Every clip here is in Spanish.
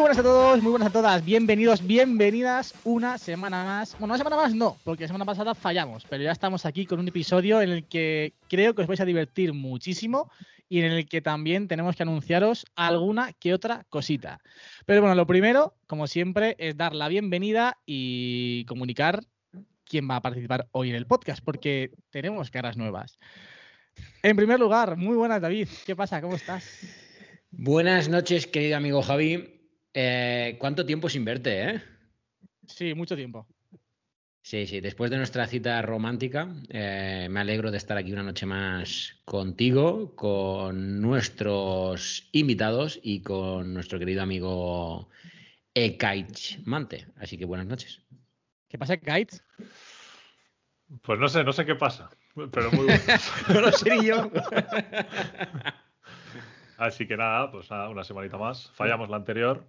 buenas a todas, bienvenidos, bienvenidas una semana más. Bueno, una semana más no, porque la semana pasada fallamos, pero ya estamos aquí con un episodio en el que creo que os vais a divertir muchísimo y en el que también tenemos que anunciaros alguna que otra cosita. Pero bueno, lo primero, como siempre, es dar la bienvenida y comunicar quién va a participar hoy en el podcast, porque tenemos caras nuevas. En primer lugar, muy buenas David, ¿qué pasa? ¿Cómo estás? Buenas noches, querido amigo Javi. Eh, ¿Cuánto tiempo sin verte, eh? Sí, mucho tiempo. Sí, sí, después de nuestra cita romántica, eh, me alegro de estar aquí una noche más contigo, con nuestros invitados y con nuestro querido amigo Ekaich Mante. Así que buenas noches. ¿Qué pasa, Ekaich? Pues no sé, no sé qué pasa, pero muy bueno. no lo sé ni yo. Así que nada, pues nada, una semanita más. Fallamos la anterior,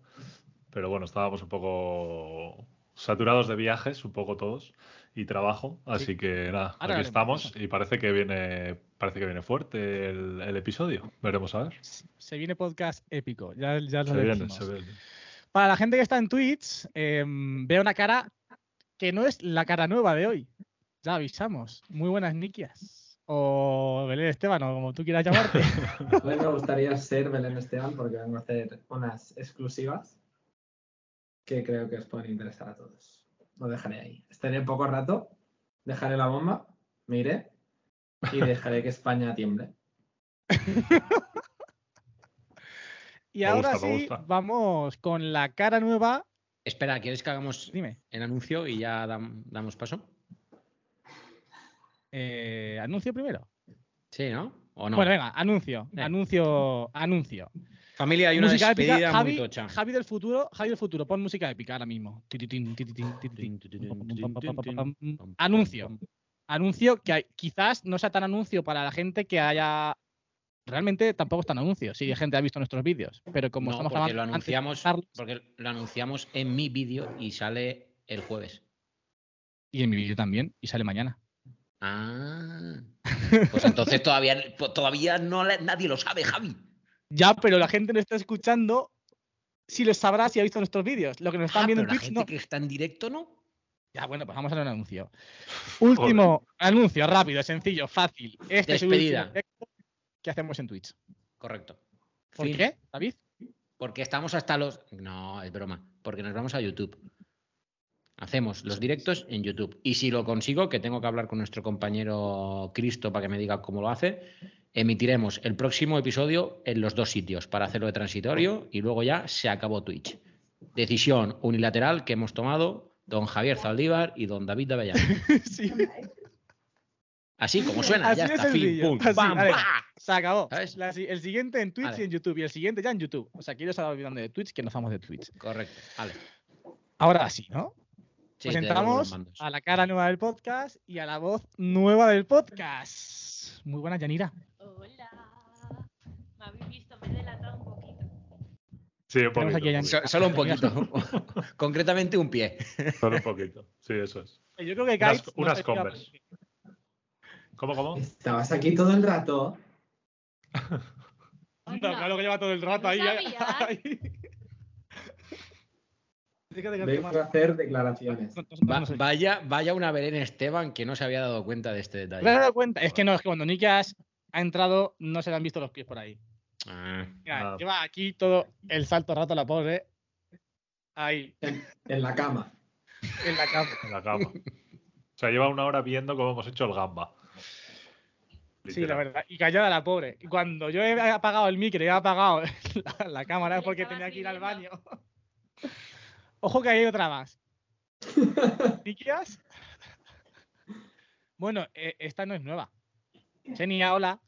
pero bueno, estábamos un poco saturados de viajes, un poco todos, y trabajo. Así Sí. que nada, Ahora aquí veremos. estamos y parece que viene, parece que viene fuerte el, el episodio. Veremos a ver. Se viene podcast épico, ya, ya lo Se viene, decimos. se viene. Para la gente que está en Twitch, eh, veo una cara que no es la cara nueva de hoy. Ya avisamos. Muy buenas niquias. O Belén Esteban, o como tú quieras llamarte. A mí me gustaría ser Belén Esteban porque vengo a hacer unas exclusivas que creo que os pueden interesar a todos. Lo dejaré ahí. Estaré poco rato, dejaré la bomba, me iré y dejaré que España tiemble. Y Me ahora gusta, me sí, gusta. vamos con la cara nueva. Espera, ¿quieres que hagamos Dime, el anuncio y ya dam- damos paso? eh, anuncio primero. Sí, ¿no? ¿O no? Bueno, venga, anuncio, Venga. anuncio, anuncio. Familia, hay una música despedida épica, muy Javi, tocha. Javi del futuro, Javi del futuro, pon música épica ahora mismo. Tiritín, tiritín, tiritín. Anuncio. anuncio que hay- quizás no sea tan anuncio para la gente que haya. Realmente tampoco es tan anuncio, si gente ha visto nuestros vídeos, pero como No, estamos porque grabando. lo antes de anunciamos, empezarlo- porque lo anunciamos en mi vídeo y sale el jueves. Y en mi vídeo también, y sale mañana. Ah. Pues entonces todavía, pues todavía no le- nadie lo sabe, Javi. Ya, pero la gente no está escuchando si lo sabrá si ha visto nuestros vídeos. Lo que nos están Ah, viendo pero en la Twitch gente no. que está en directo no. Ya, bueno, pues vamos a hacer un anuncio. Último anuncio, rápido, sencillo, fácil. Este es el Despedida. último directo que hacemos en Twitch. Correcto. ¿Por Fin. qué, David? Porque estamos hasta los. No, es broma. Porque nos vamos a YouTube. Hacemos los directos en YouTube. Y si lo consigo, que tengo que hablar con nuestro compañero Cristo para que me diga cómo lo hace, emitiremos el próximo episodio en los dos sitios para hacerlo de transitorio y luego ya se acabó Twitch. Decisión unilateral que hemos tomado don Javier Zaldívar y don David de Avellán. sí, Así como suena, así ya de está. fin, sencillo. pum, Así, pam, venga. pa. Se acabó. ¿Sabes? La si- el siguiente en Twitch Vale. y en YouTube. Y el siguiente ya en YouTube. O sea, que yo estaba olvidando de Twitch, que nos vamos de Twitch. Correcto. Vale. Pues Sí, Ahora sí, ¿no? te devuelvo los Presentamos mandos. a la cara nueva del podcast y a la voz nueva del podcast. Muy buena, Yanira. Hola. Me habéis visto, me he delatado un poquito. Sí, un Tenemos aquí a poquito. Jan- So- solo un poquito. Concretamente un pie. Solo un poquito. Sí, eso es. Yo creo que Unas- Kites unas se tira Converse. ¿Cómo, cómo? Estabas aquí todo el rato. por- No, Anda. claro que lleva todo el rato No ahí. sabía. ahí. Déjate que te Vengo a hacer declaraciones. No, no, Va- no sé. vaya, vaya una Belén Esteban que no se había dado cuenta de este ¿Te has detalle. dado cuenta? Es que no, es que cuando Nikias ha entrado, no se le han visto los pies por ahí. Ah, Mira, Ah. lleva aquí todo el salto rato la pobre. Ahí, En, en la cama. en la cama. En la cama. O sea, lleva una hora viendo cómo hemos hecho el gamba. Sí, Literal. la verdad. Y callada la pobre. Y Cuando yo he apagado el micro y he apagado la, la cámara es Le porque estabas tenía que ir al baño. midiendo. Ojo que ahí hay otra más. ¿Nikias? Bueno, eh, esta no es nueva. Xenia, hola.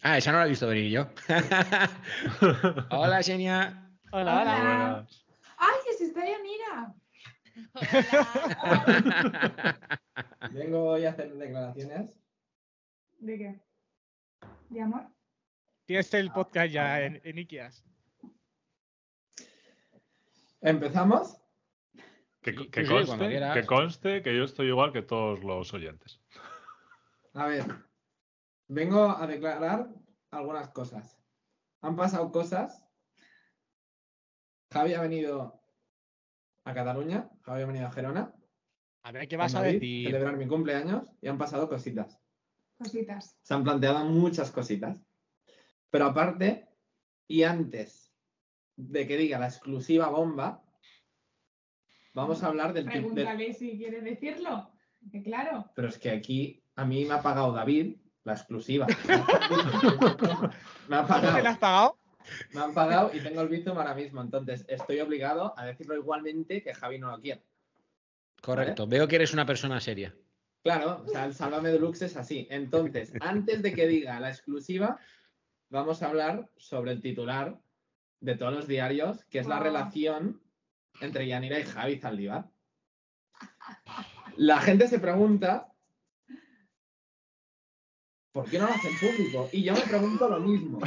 Ah, esa no la he visto venir yo. Hola, Xenia. Hola, hola. Buenas. ¡Ay, si está Yanira! Hola. Vengo hoy a hacer declaraciones. ¿De qué? ¿De amor? Tienes el podcast ya en, en Iquias. ¿Empezamos? Que, Sí, que sí, cuando conste, quieras. que conste que yo estoy igual que todos los oyentes. A ver. Vengo a declarar algunas cosas. Han pasado cosas Javi ha venido a Cataluña, Javi ha venido a Gerona, A ver qué vas con a David, decir. celebrar mi cumpleaños y han pasado cositas. Cositas. se han planteado muchas cositas. Pero aparte, y antes de que diga la exclusiva bomba, vamos a hablar del, tip- del- Pregúntale si quiere decirlo. Que claro. Pero es que aquí a mí me ha pagado David la exclusiva. me ha ¿Cómo te la pagado. has pagado? Me han pagado y tengo el Bizum ahora mismo. Entonces, estoy obligado a decirlo igualmente que Javi no lo quiere. Correcto. Veo que eres una persona seria. Claro, o sea, el Sálvame Deluxe es así. Entonces, antes de que diga la exclusiva, vamos a hablar sobre el titular de todos los diarios, que es la Ah. Wow. relación entre Yanira y Javi Zaldívar. La gente se pregunta, ¿por qué no lo hacen público? Y yo me pregunto lo mismo.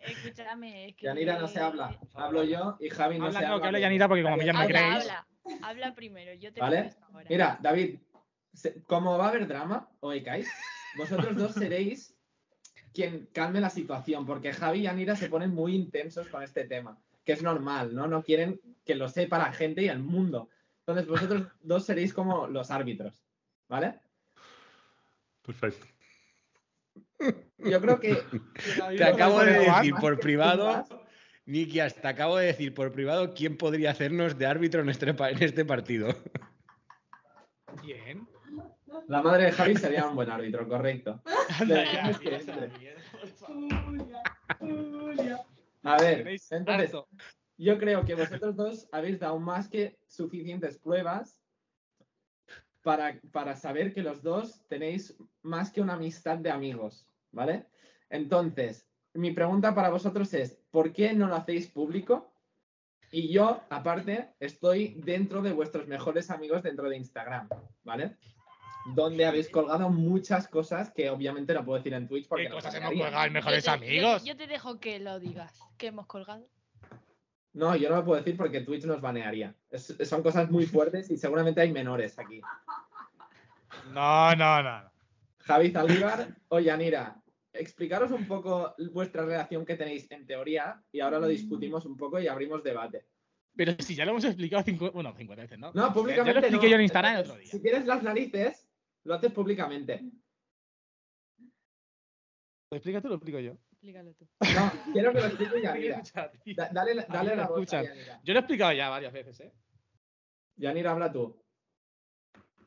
Escúchame, es que. Yanira no se habla, hablo yo y Javi no Habla, se no, habla. que hable Yanira porque como ya me Habla, creéis. habla. Habla primero, yo te ¿Vale? contesto ahora. Mira, David, se- como va a haber drama, hoy caís, vosotros dos seréis quien calme la situación, porque Javi y Anira se ponen muy intensos con este tema, que es normal, ¿no? No quieren que lo sepa la gente y el mundo. Entonces, vosotros dos seréis como los árbitros, ¿vale? Perfecto. Yo creo que... Te acabo de Juan, decir por privado, Más- Niki, hasta te acabo de decir por privado quién podría hacernos de árbitro en este, pa- en este partido. Bien. La madre de Javi sería un buen árbitro, correcto. Anda ya, Es que- ya sabía, por favor. Julia, Julia. A ver, Tenéis entonces, harto. Yo creo que vosotros dos habéis dado más que suficientes pruebas para, para saber que los dos tenéis más que una amistad de amigos, ¿vale? Entonces, mi pregunta para vosotros es, ¿por qué no lo hacéis público? Y yo, aparte, estoy dentro de vuestros mejores amigos dentro de Instagram, ¿vale? Donde habéis colgado muchas cosas que obviamente no puedo decir en Twitch porque ¿Qué no cosas me hemos pagarían. colgado en mejores Yo te- amigos? Yo, yo te dejo que lo digas, que hemos colgado. No, yo no lo puedo decir porque Twitch nos banearía. Es- son cosas muy fuertes y seguramente hay menores aquí. No, no, no. no. Javi Zaldívar o Yanira, explicaros un poco vuestra relación que tenéis en teoría y ahora lo Mm. discutimos un poco y abrimos debate. Pero si ya lo hemos explicado cinco, bueno, 50 veces, ¿no? No, públicamente. Ya lo expliqué no. yo en Instagram el otro día. Si tienes las narices, lo haces públicamente. ¿Lo explicas tú o lo explico yo? Explícalo tú. No, quiero que lo explique Yanira. Yo Da- dale la- mí dale no la me voz a escuchan. Yanira. lo he explicado ya varias veces, ¿eh? Yanira, habla tú.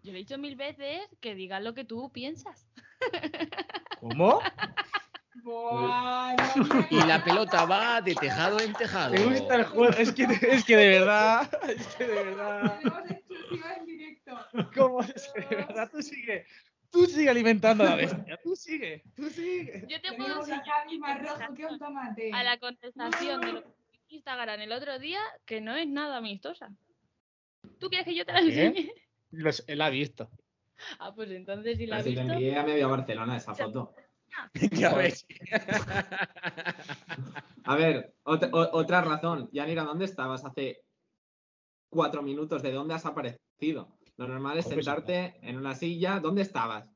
Yo le he dicho mil veces que digas lo que tú piensas. ¿Cómo? Pues, Buah, Y no, la pelota va de tejado en tejado. Me gusta el juego. Es que, es que de verdad. Es que de verdad. Tenemos exclusiva en directo. ¿Cómo es? De verdad, tú sigue. Tú sigue alimentando a la bestia. Tú sigue. Tú sigue. Yo te puedo Tenemos a enseñar Javi más rojo que un tomate. a la contestación de lo que hice en Instagram el otro día que no es nada amistosa. ¿Tú quieres que yo te la ¿Qué? enseñe? Los- él ha visto. Ah, pues entonces si la has Así te visto. envié a medio Barcelona esa foto. Ya ves. A ver, otra, o- otra razón. Yanira, ¿dónde estabas hace cuatro minutos? ¿De dónde has aparecido? Lo normal es Hombre, sentarte en una silla. ¿Dónde estabas?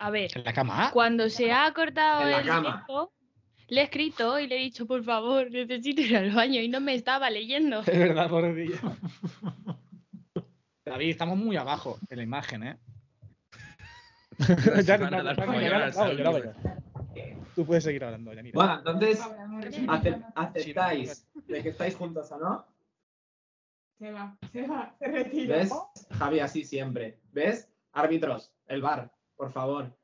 A ver, Ah, En la cama. cuando se ha cortado En la el cama. directo, le he escrito y le he dicho, por favor, necesito ir al baño y no me estaba leyendo. De verdad, por Dios. David, estamos muy abajo en la imagen, ¿eh? Ya no- no- no- no, ya no- no, ya no- ya no. Tú puedes seguir hablando, Yanira. Bueno, entonces, Hablamos. Ace- aceptáis de que estáis juntos o no. Se va, se va, se retira. ¿Ves? Javi, así siempre. ¿Ves? Árbitros, el bar, por favor.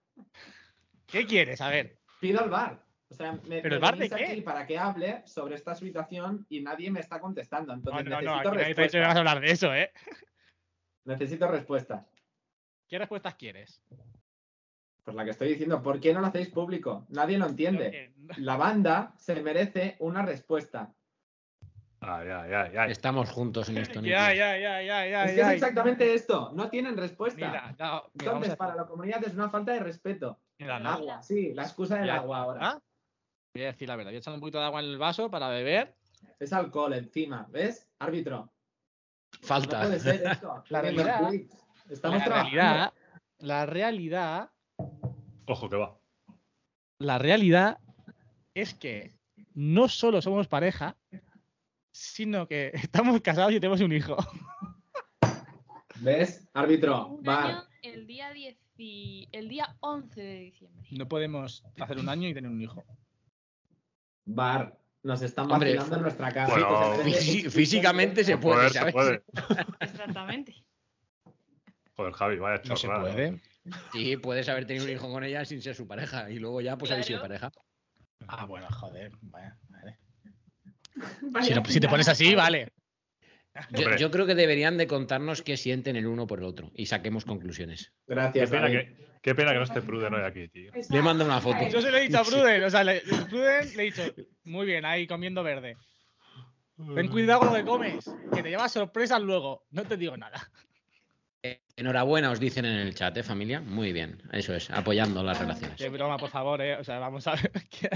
¿Qué quieres? A ver. Pido el bar. O sea, me, ¿Pero el me VAR de venís qué? aquí para que hable sobre esta situación y nadie me está contestando. No, Entonces no, no. necesito Aquí nadie te ha dicho que respuestas. vas a hablar de eso, ¿eh? Necesito respuestas. ¿Qué respuestas quieres? Pues la que estoy diciendo, ¿por qué no lo hacéis público? Nadie lo entiende. Eh, La banda se merece una respuesta. Ay, ay, ay, ay. Estamos juntos en esto, Niki. Ya, ya, ya, ya, ya. es que ya. es exactamente esto. No tienen respuesta. Mira, no, mira, vamos Entonces, a- para la comunidad es una falta de respeto. mira, El no, Ah, agua, sí, la excusa del Ya. agua ahora. ¿ah? Voy a decir la verdad. Voy a echar un poquito de agua en el vaso para beber. Es alcohol encima, ¿ves? Árbitro. No Falta. puede ser esto. La Viendo el realidad- Twitch. Estamos la trabajando. realidad, la realidad, Ojo que va. la realidad es que no solo somos pareja, sino que estamos casados y tenemos un hijo. ¿Ves? Árbitro, Un bar. año el día, 10 y- el día 11 de diciembre. No podemos hacer un año y tener un hijo. Bar. Nos están Hombre, vacilando en nuestra cara. Bueno, Se prende- Físi- Físicamente se puede, Joder, se ¿sabes? puede. Exactamente. Joder, Javi, vaya No se chorrada. puede. Sí, puedes haber tenido un hijo con ella sin ser su pareja y luego ya pues habéis sido Claro. pareja. Ah, bueno, joder. Vaya, vale. Si, Vaya no- si te putada. pones así, vale. Yo, Hombre. yo creo que deberían de contarnos qué sienten el uno por el otro y saquemos conclusiones. Qué Gracias. pena, David. que, qué pena que no esté Pruden hoy aquí, tío. Esa- Le mando una foto. Yo se lo he dicho a Pruden, o sea, le, Pruden le he dicho, muy bien, ahí comiendo verde. Ten cuidado con lo que comes, que te llevas sorpresas luego. No te digo nada. Eh, Enhorabuena, os dicen en el chat, ¿eh, familia? Muy bien, eso es, apoyando las relaciones. Qué broma, por favor, eh. O sea, vamos a ver. qué-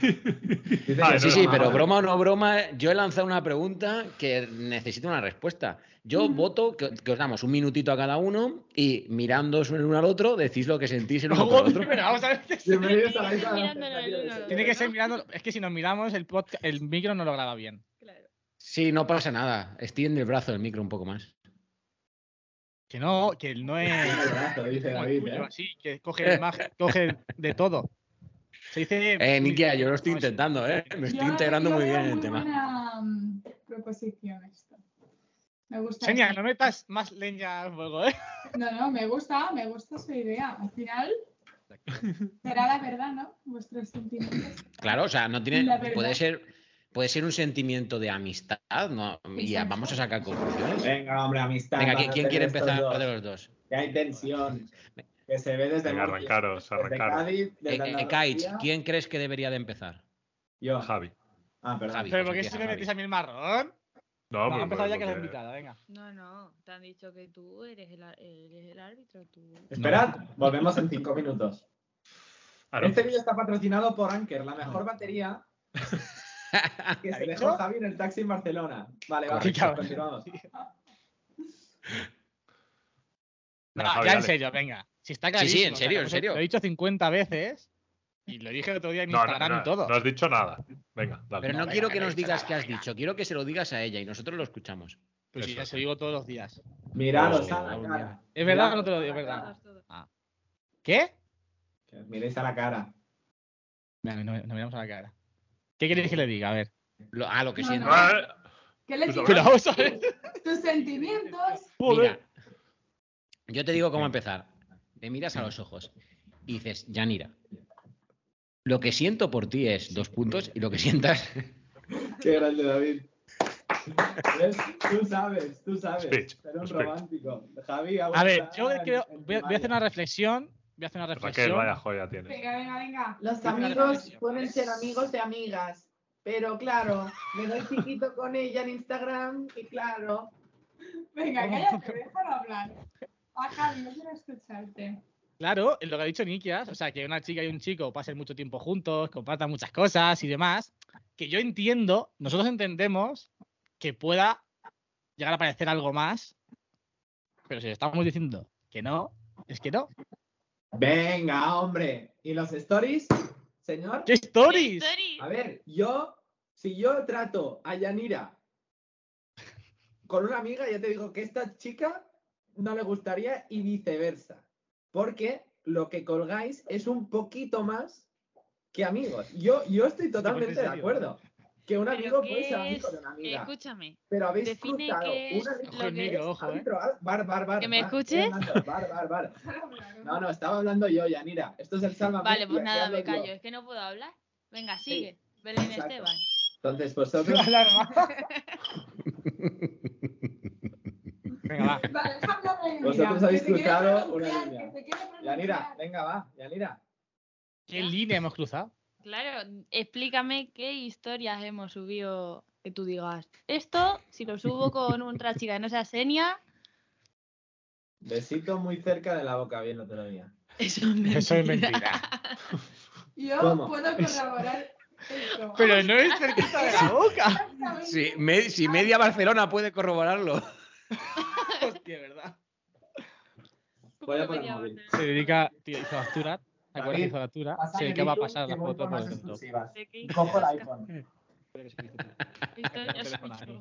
Dice Ah, que Sí, no, sí, no, pero no. broma o no broma, yo he lanzado una pregunta que necesita una respuesta. Yo voto que, que os damos un minutito a cada uno y mirándoos el uno al otro, decís lo que sentís el uno por Luego, el otro. primero, vamos a ver. Bienvenidos a la Tiene isla que de ser las mirándolo el uno al tentativas. otro. Tiene que ser mirando. Es que si nos miramos, el, podca- el micro no lo graba bien. Claro. Sí, no pasa nada. Extiende el brazo del micro un poco más. Que no, que no es. Tiene el brazo, dice como David, el tuyo, ¿eh? así, que coge la imagen, coge de todo. Se dice. pues, Eh, Nikia, yo lo estoy No, es- intentando, ¿eh? Me estoy Yo- integrando yo muy veo bien en el muy tema. buena, mm, proposición esta. Me gusta. Xenia, no metas más leña al fuego, ¿eh? No, no, me gusta, me gusta su idea. Al final será la verdad, ¿no? Vuestros sentimientos. Claro, o sea, no La tiene. verdad. Puede ser, puede ser un sentimiento de amistad, ¿no? Y Exacto. vamos a sacar conclusiones. Venga, hombre, amistad. Venga, van ¿quién, a quién hacer quiere estos empezar dos. de los dos? Que hay tensión. Que se ve desde Venga, Murcia, arrancaros, desde arrancaros. Cádiz, Eh, desde eh, Andalucía. Kaich, ¿quién crees que debería de empezar? Yo. Javi. Ah, perdón. Javi. Pero ¿por qué empieza, si me Javi. metéis a mí el marrón? No, Vamos a pero- empezar ya que es la porque- invitada, venga. No, no, te han dicho que tú eres el, ar- eres el árbitro, tú. Esperad, volvemos en cinco minutos. Ah, no. Este vídeo está patrocinado por Anker, la mejor batería que ¿Ha se dicho? dejó Javi en el taxi en Barcelona. Vale, vale, Correcto. continuamos. No, Venga, Javi, ya en dale. serio, venga. Si está Sí, sí, en clarísimo, serio, que en lo- serio. Lo he dicho 50 veces y lo dije el otro día en Instagram y todo. no has dicho nada. Venga, dale. Pero no venga, quiero que que no nos he dicho digas nada, que has venga. dicho, quiero que se lo digas a ella y nosotros lo escuchamos. Pero si Eso, ya se sí. lo digo todos los días. Pues Miraros Oh. a la cara. ¿Es verdad o Miraros no te lo a digo? Es la verdad. Todos, todos. ¿Qué? cara. Miréis a la cara. No, no, no miramos a la cara. ¿Qué queréis que le diga? A ver. Lo- ah, lo que No, siento. no. Ah, eh, ¿Qué le Pues a digo? ver. Pero vamos a ver. Tus sentimientos. Mira, yo te digo cómo empezar. Me miras a los ojos y dices, Yanira, lo que siento por ti es dos puntos y lo que sientas. Qué grande, David. ¿Ves? Tú sabes, tú sabes. Speech, Era un speech. romántico. Javi, ha A ver, yo vuelto en- creo. en Voy a, voy a hacer una primaria. reflexión. Voy a hacer una Raquel, reflexión. vaya joya tiene. Venga, venga, venga. Los Yo creo que amigos sí. pueden ser amigos de amigas, pero claro, me doy chiquito con ella en Instagram y claro, Venga, cállate, déjalo hablar. A Javi, no quiero escucharte. Claro, es lo que ha dicho Nikias, o sea, que una chica y un chico pasen mucho tiempo juntos, compartan muchas cosas y demás, que yo entiendo, nosotros entendemos que pueda llegar a parecer algo más, pero si le estamos diciendo que no, es que no. Venga, hombre. ¿Y los stories, señor? ¡Qué stories! Stories. A ver, yo, si yo trato a Yanira con una amiga, ya te digo que esta chica no le gustaría y viceversa. Porque lo que colgáis es un poquito más que amigos. Yo, yo estoy totalmente de serio. acuerdo. Que un Pero amigo ¿qué puede ser amigo es- de una amiga. Escúchame, Pero habéis Define cruzado qué es una lo Ojo el que micro, es. ojo, ¿eh? árbitro, al- bar, bar, bar. ¿Que me bar, escuches? Fernando, Bar, bar, bar. Déjalo hablar. No, no, estaba hablando yo, Yanira. Esto es el salvamento. Vale, pues nada, me callo, es que no puedo hablar. Venga, sigue. Belén Exacto. Esteban. Entonces, vosotros. Alarma. Venga, va. Vale, déjalo hablar. Vosotros Mira, habéis que se quiere cruzado una pronunciar, línea. que se quiere pronunciar. Yanira, venga, va, Yanira. ¿Qué línea hemos cruzado? Claro, explícame qué historias hemos subido que tú digas. Esto, si lo subo con otra chica que no sea Senia, Besito muy cerca de la boca, bien lo te lo diga. eso es mentira. Eso es mentira. Yo ¿Cómo? puedo corroborar esto. Ah, Pero no es cerquita de la boca. Exactamente. si, me- si media Barcelona puede corroborarlo. Hostia, ¿verdad? Voy a poner ¿Cómo podría móvil. hablar? Se dedica, tío, hizo Actura, ¿te acuerdas que hizo Actura? Se Pásame dedicaba a YouTube, pasar que las voy fotos con por las el tonto. exclusivas. ¿De qué Cojo el que iPhone. historias? subiste tú. Historias Teléfono, y Ani. yo.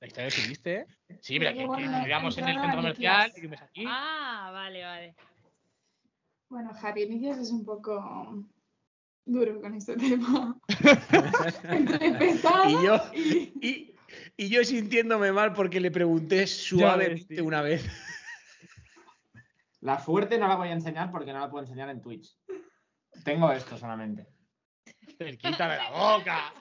La historia que subiste, ¿eh? Sí, pero Qué que, que bueno, llegamos en el centro entrada de comercial Nicias. y vimos aquí. Ah, vale, vale. Bueno, Javi Inicias es un poco duro con este tema. Entre pesado Y yo, y- y, y yo sintiéndome mal porque le pregunté suavemente tío. una vez. La fuerte no la voy a enseñar porque no la puedo enseñar en Twitch. Tengo esto solamente. Cerquita de la boca.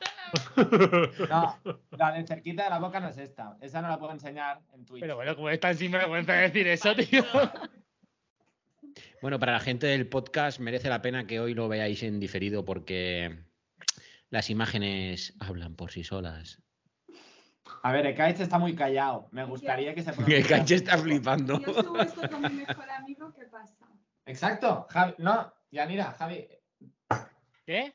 No, la de cerquita de la boca no es esta. Esa no la puedo enseñar en Twitch. Pero bueno, como es tan sinvergüenza decir eso, tío. Bueno, para la gente del podcast merece la pena que hoy lo veáis en diferido porque las imágenes hablan por sí solas. A ver, Ekaich está muy callado. Me gustaría que se El pronunciara. canche está flipando. Yo subo esto con mi mejor amigo, ¿qué pasa? Exacto. Javi, no, Yanira, Javi. ¿Qué?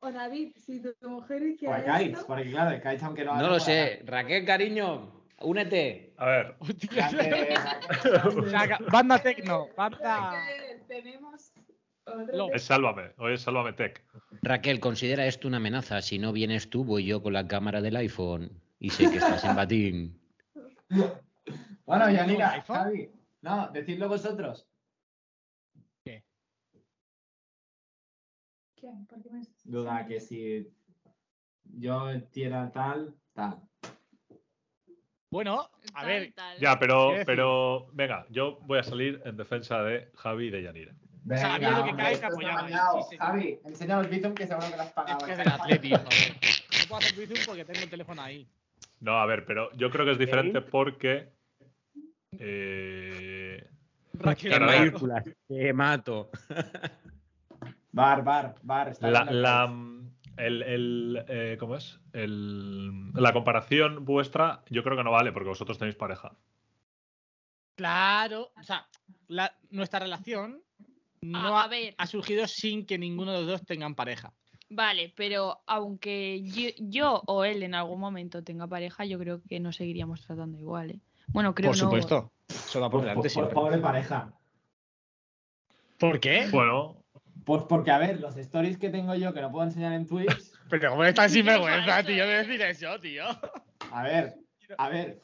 O David, si tu, tu mujer O hiciera Ekaich, esto, porque claro, Ekaich aunque no No hable, lo puede sé. Raquel, cariño, únete. A ver, Hostia, hablar. Raquel, saca- Banda tecno, banda. eh, tenemos otro Lo- es Sálvame. Hoy es Sálvame Tech. Raquel, considera esto una amenaza. Si no vienes tú, voy yo con la cámara del iPhone y sé que estás en batín. Bueno, Yanira, iPhone? Javi. No, decidlo vosotros. ¿Quién? ¿Por qué me estás Duda que si yo hiciera tal, tal. Bueno, a ver, Tal, tal. Ya, pero, Quiero decir- pero venga, yo voy a salir en defensa de Javi y de Yanira. Sabía Venga, lo que hombre, cae, esto está apoyaba. bañado. Sí, señor. Javi, enseña el Bitum que seguro que lo has pagado. es del Atleti, joder. No puedo hacer Bizum porque tengo el teléfono ahí. No, a ver, pero yo creo que es diferente porque. eh, Raquel, Claro, no. ahí- Mayúsculas, Te mato. Bar, bar, bar. está la, bien, la, Ekaich. mm, el, el, eh, ¿Cómo es? El- la comparación vuestra yo creo que no vale porque vosotros tenéis pareja. Claro, o sea, la- nuestra relación no Ah, a, a ha, ver, ha surgido sin que ninguno de los dos tengan pareja. vale, pero aunque yo, yo o él en algún momento tenga pareja, yo creo que nos seguiríamos tratando igual, ¿eh? Bueno, creo no- Eso va Pues, pues, pobre pareja. ¿Por qué? Bueno, Pues porque, a ver, los stories que tengo yo que no puedo enseñar en Twitch, Pero como estás Sí, falso, eh. eso, tío. a ver, a ver.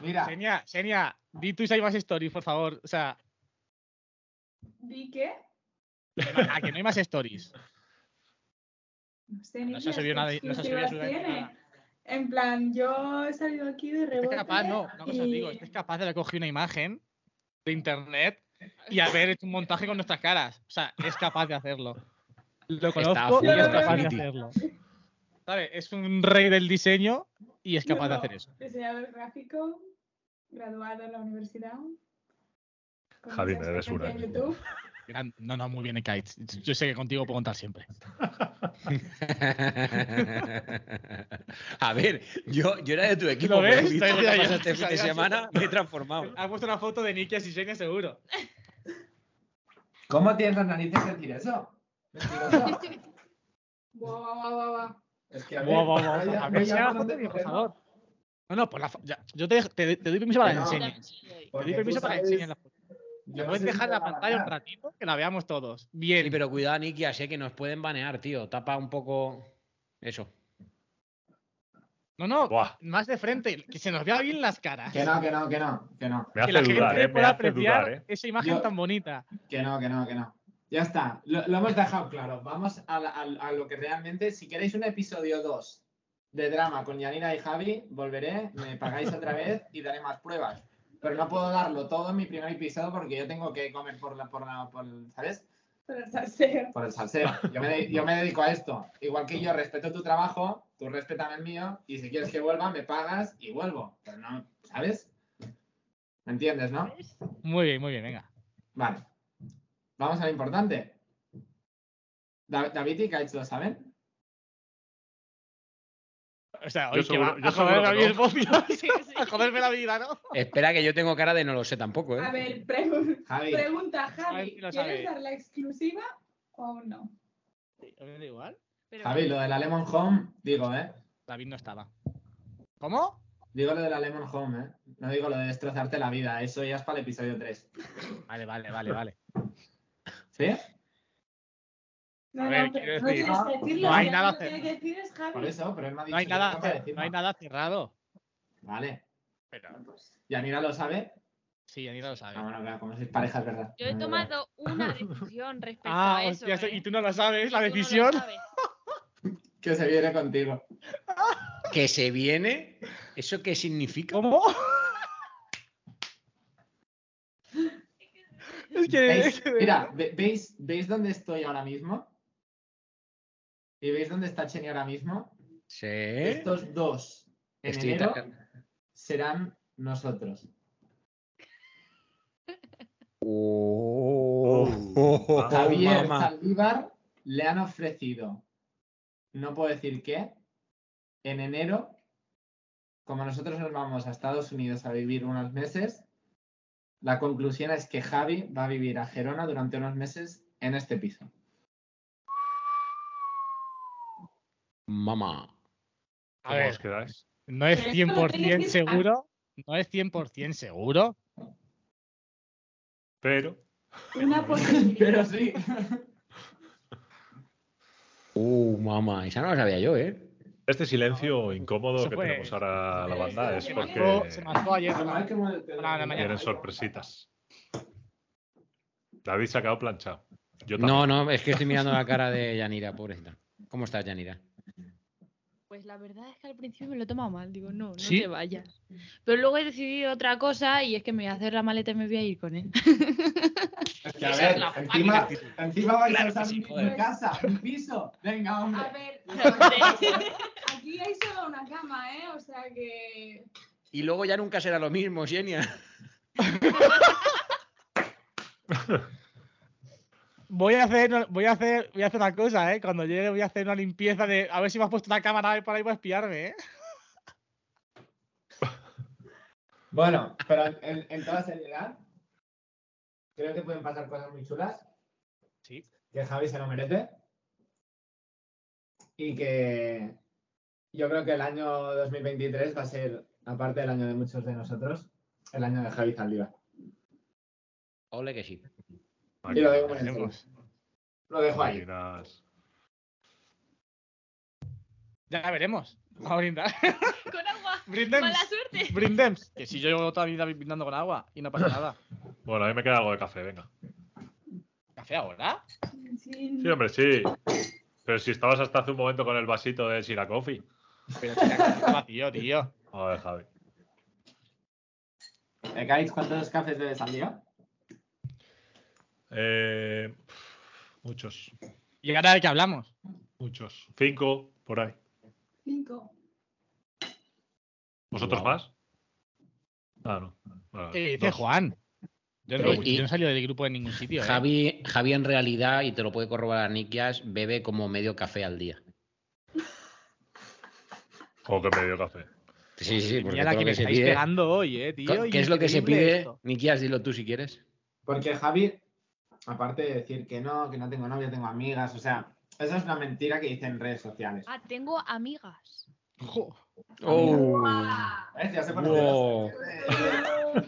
Mira, Senia, Senia, di tú si hay más stories, por favor. O sea, ¿Di qué? a que no hay más stories. No sé, No ni se ha qué subido nada- no se ha exclusivas subido absolutamente tiene. nada. En plan, yo he salido aquí de Es rebote. capaz, no, no os y- digo, es capaz de haber cogido una imagen de internet y haber hecho un montaje con nuestras caras. O sea, es capaz de hacerlo. Lo conozco y full es capaz de creativity. hacerlo. ¿Sabe? Es un rey del diseño y es yo capaz de no, hacer eso. Diseñador gráfico, graduado en la universidad. con Javi, mucha me debes una. experiencia en YouTube. Gran- No, no, muy bien, Kites. Yo sé que contigo puedo contar siempre. A ver, yo, yo era de tu equipo. ¿Lo pero ves? he visto Estoy lo que ya- pasó este fin de ya- semana me he transformado. Ha puesto una foto de Nikia Sisenia seguro. ¿cómo tienes las narices de decir eso? Mentiroso. Buah, buah, buah, buah, buah. Es que a Buah, buah, buah. no ya- A no ver, ya enseña la por foto, dónde tío, por cogerlo. favor. No, no, por la fo- ya, Yo te, te- te doy permiso para que No. enseñes. Te Porque doy tú permiso para que sabes- enseñes la foto. yo no Puedes sé si dejar te la va a pantalla un bañar. ratito que la veamos todos. Sí, Bien. pero cuidado, Nikia, sé que nos pueden banear, tío. Tapa un poco eso. No, no, buah, más de frente, que se nos vea bien las caras. Que no, que no, que no, que no. me que la hace dudar, gente eh, me pueda hace apreciar dudar, eh. esa imagen Yo- tan bonita. Que no, que no, que no. Ya está, lo, lo hemos dejado claro. Vamos a, la- a- a lo que realmente, si queréis un episodio 2 de drama con Yanira y Javi, volveré, me pagáis otra vez y daré más pruebas. Pero no puedo darlo todo en mi primer episodio porque yo tengo que comer por la, por la, por, el- ¿sabes? Pero está feo. ¿Eh? Por el salseo. Yo me, de- yo me dedico a esto. Igual que yo respeto tu trabajo, tú respétame el mío y si quieres que vuelva, me pagas y vuelvo. Pero no, ¿sabes? ¿Me entiendes, no? Muy bien, muy bien, venga. Vale. Vamos a lo importante. Da- David y Kaich lo saben. O sea, Yo hoy que seguro- va yo a seguro joderme a que mí no. el móvil, a joderme la vida, ¿no? Espera, que yo tengo cara de no lo sé tampoco, A ¿eh? ver, pregun- Javi, pregunta, A ver Javi. si lo sabe. ¿Quieres dar la exclusiva o aún no? A mí me da igual. Pero- Javi, lo de la Lemon Home, digo, ¿eh? David no estaba. ¿Cómo? Digo lo de la Lemon Home, ¿eh? No digo lo de destrozarte la vida, eso ya es para el episodio 3. Vale, vale, vale, vale. ¿Sí? A ver, quiero pero decir, no tienes que decirlo. no hay ya nada lo que cerca. hay que decir es Javi. Por eso, pero él me ha dicho No hay que nada, acaba de cer- decirlo. no hay nada cerrado. Vale. Pero Pues, Yanira lo sabe. sí, Anita lo sabe. Ah, bueno, claro, como sois pareja, es verdad. Yo he No, no, tomado una decisión respecto Ah, a eso. hostia, esto- ¿eh? y tú no lo sabes, la Tú no lo decisión. sabes. no. Que se viene contigo. ¿Que se viene? ¿Eso qué significa? ¿Cómo? es que. ¿Veis? es que- Mira, ve- ¿veis, ¿veis dónde estoy ahora mismo? ¿Y veis dónde está Cheni ahora mismo? Sí. Estos dos en Estoy enero tan- serán nosotros. Oh, oh, oh, Javier mamá. Saldívar le han ofrecido, no puedo decir qué, en enero, como nosotros nos vamos a Estados Unidos a vivir unos meses, la conclusión es que Javi va a vivir a Gerona durante unos meses en este piso. Mamá. A ¿Cómo os ver, quedáis? no es Pero esto lo tienes 100% que- seguro. No es 100% seguro. Pero Una posibilidad. Pero sí. Uh, mamá. Esa no la sabía yo, ¿eh? este silencio incómodo Eso que fue- tenemos ahora la banda es Se Se me porque alzó- Se me alzó ayer. Hola, hola, mañana. tienen sorpresitas. David se ha quedado planchado. Yo también. No, no, es que estoy mirando la cara de Yanira, pobrecita. ¿Cómo estás, Yanira? Pues la verdad es que al principio me lo he tomado mal. Digo, no, no ¿Sí? te vayas. Pero luego he decidido otra cosa y es que me voy a hacer la maleta y me voy a ir con él. Es que, Esa a es ver, la encima, encima vais a Claro que usar sí, mi- joder. mi casa, mi piso. Venga, hombre. A ver, aquí hay solo una cama, ¿eh? O sea que. Y luego ya nunca será lo mismo, Xenia. Voy a hacer, voy a hacer, voy a hacer una cosa, ¿eh? Cuando llegue voy a hacer una limpieza de a ver si me has puesto una cámara por ahí para espiarme, ¿eh? Bueno, pero en, en toda seriedad, creo que pueden pasar cosas muy chulas. Sí. Que Javi se lo merece. Y que yo creo que el año 2023 va a ser, aparte del año de muchos de nosotros, el año de Javi Zaldívar. Ole que sí. Y lo digo muy en serio. Veremos. Lo dejo ahí. Máquinas. Ya veremos. Vamos a brindar. con agua. Mala Brindemos. suerte. Brindemos. Que si yo llevo toda mi vida brindando con agua y no pasa nada. Bueno, a mí me queda algo de café, venga. ¿Café ahora? Sí, Sí, hombre, sí. Pero si estabas hasta hace un momento con el vasito de Sira Coffee. Pero si está vacío, tío. A ver, Javi. ¿Me caéis cuántos cafés bebes al día? Eh, muchos, Y ahora de qué hablamos. muchos. Cinco, por ahí. cinco. ¿Vosotros Wow. más? Ah, no. Bueno, ¿Qué dice dos. Juan? Yo no, Pero, Eh, y- yo no he salido del grupo en ningún sitio. ¿eh? Javi, Javi en realidad, y te lo puede corroborar Nikias, bebe como medio café al día. ¿Cómo Oh, que medio café? Sí, sí, porque Mira la todo que me lo que se estáis pide. pegando hoy, eh, Co- tío. ¿Qué es lo que se Increíble pide? esto. Nikias, dilo tú si quieres. Porque Javi, aparte de decir que no, que no tengo novia, tengo amigas, o sea, eso es una mentira que dicen redes sociales. Ah, tengo amigas. Jo. Uh. Oh. ¿Ves? Ya se ponen Wow. Eh. celosos.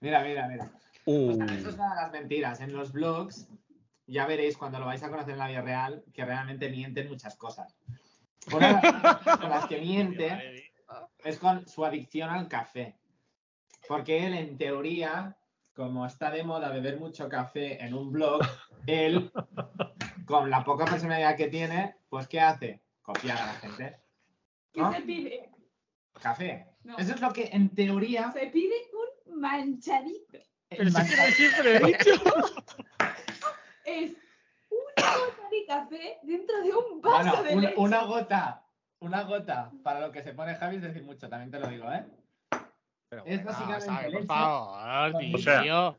Mira, mira, mira. O Uh. sea, eso es una de las mentiras. En los blogs, ya veréis cuando lo vais a conocer en la vida real, que realmente mienten muchas cosas. Una de las cosas con las que miente es con su adicción al café. Porque él, en teoría, como está de moda beber mucho café en un blog, él, con la poca personalidad que tiene, pues ¿qué hace? Copiar a la gente. ¿Qué ¿No? se pide? Café. No. Eso es lo que, en teoría, Se pide un manchadito. Pero si es que lo siempre he dicho. Es una gota de café dentro de un vaso Bueno, de un- leche. una gota, una gota para lo que se pone Javi es decir mucho, también te lo digo, ¿eh? Pero Es bueno, básicamente sabe, por leche. favor, O tío. sea,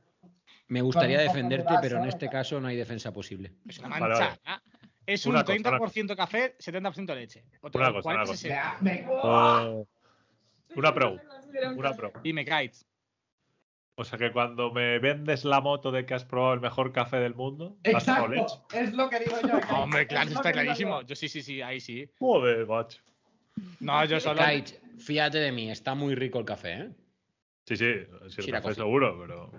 Me gustaría Con un poco de defenderte, pero en vaso. este caso no hay defensa posible. es una Vale, vale. mancha. Es un Una cosa, 30% café, 70% leche. O Una cosa, 40, una cosa. 60. Ya, me- Oh, una pro, Yo no considero un una café. pro. Y me caes. O sea que cuando me vendes la moto de que has probado el mejor café del mundo, vas con leche. Exacto, es lo que digo yo. ¿eh? Hombre, claro, Es eso lo está que digo clarísimo. yo. Yo sí, sí, sí, ahí sí. Joder, macho. No, yo solo. Kite, fíjate de mí, está muy rico el Ah, café, ¿eh? Sí, sí, sí, el Sira café Coffee. seguro, pero,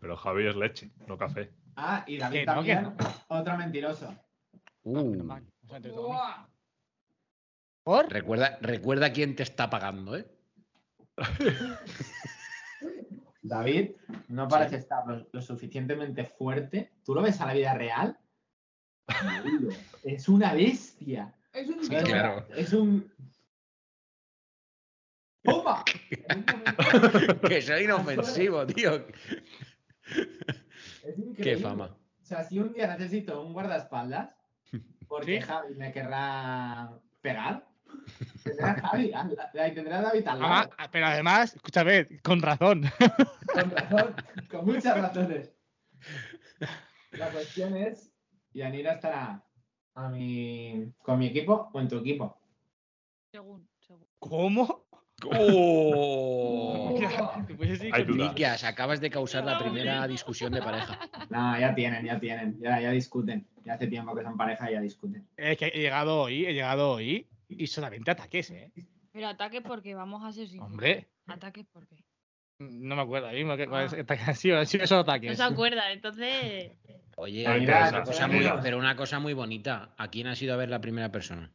pero Javi es leche, no café. Ah, y David Que no, que también, otro mentiroso. Ah, Uh, menos mal, o sea, entre todos. Buah. ¿Por? recuerda, recuerda quién te está pagando, ¿eh? David no parece estar lo, lo suficientemente fuerte. ¿Tú lo ves a la vida real? Boludo, es una bestia. Es un Sí, O sea, claro. Es un. ¡Pumba! En un momento, Que soy inofensivo, tío. es increíble. Qué fama. O sea, si un día necesito un guardaespaldas, porque Sí. Javi me querrá pegar, tendrá Javi, al- la- tendrá David al lado. Además- Ah, pero además, escúchame, con razón. Con razón, con muchas razones. La cuestión es, Yanira estará a mi, con mi equipo o en tu equipo. Según, según. ¿Cómo? ¡Oh! Mira, te puedes decir Hay que- duda. Millas, acabas de causar la primera discusión de pareja. No, ya tienen, ya tienen, ya, ya discuten. Ya hace tiempo que son pareja y ya discuten. Es que he llegado hoy, he llegado hoy y solamente ataques, ¿eh? Pero ataque porque vamos a ser sinceros. Hombre, Ataque porque. no me acuerdo ahora mismo qué- Ah. cuáles ataques han sido, han sido solo No ataques. se acuerda, entonces. Oye, Ahí pero, está, una ahí cosa está. muy, pero una cosa muy bonita. ¿A quién ha sido a ver la primera persona?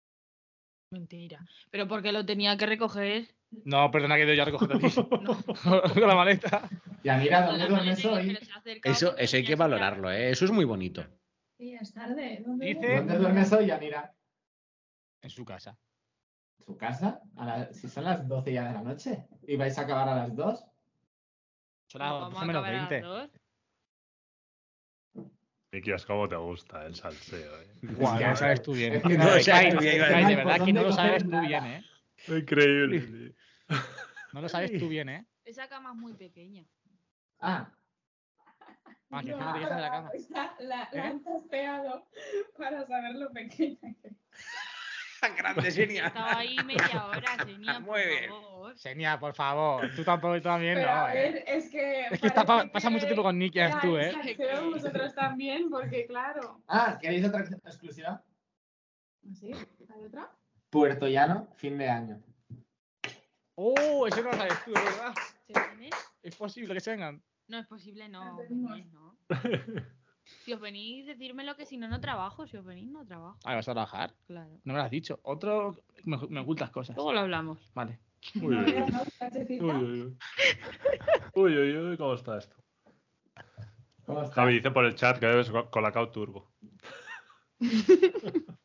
Mentira. Pero porque lo tenía que recoger. No, perdona que yo ya recojo también con la maleta. Yanira, Con la ¿dónde duermes maleta y hoy? que se ha acercado Eso, porque eso hay ya que se la- valorarlo, ¿eh? Eso es muy bonito. Sí, es tarde. ¿Dónde Dice- duermes? ¿Dónde duermes hoy, Yanira? En su casa. ¿Su casa? A la- si son las 12 ya de la noche y vais a acabar a las 2. Son las Vamos 12 a menos acabar a las 20. dos. Mikias, cómo te gusta el salseo, ¿eh? Guau, no lo sabes tú bien. Es que No lo sabes Kai, tú bien, iba a Kai, de decir. verdad que no lo sabes tú Nada. bien, ¿eh? Increíble. tío. No lo sabes tú bien, ¿eh? Esa cama es muy pequeña. Ah, Ah, que No, no te quedas en la cama. La, la, ¿Eh? la han tasteado para saber lo pequeña que es. Grande, Estaba ahí media hora, tenía. Muy bien. Senia, por favor, tú tampoco, tú también Pero no, a ¿eh? ver, es que. Es que está pa- parece pasa mucho que- tiempo con Nicky, Ya, tú, y ¿eh? salseo vosotros también, porque claro. ah, ¿queréis otra exclusiva? ¿Así? ¿Hay otra? Puerto Llano, fin de año. ¡Oh! Eso no lo sabes tú, de ¿verdad? ¿Se viene? Es posible que se vengan. No es posible, no. No tenemos. venís, no. Si os venís, decírmelo que si no, no trabajo. Si os venís, no trabajo. Ah, ¿vas a trabajar? Claro. No me lo has dicho. Otro... Me, me ocultas cosas. Luego lo hablamos. Vale. Uy, uy, uy. Cachecita. Mm. Uy, uy, uy. Uy, uy, uy, ¿cómo está esto? ¿Cómo está? Javi dice por el chat que debes co- Colacao Turbo.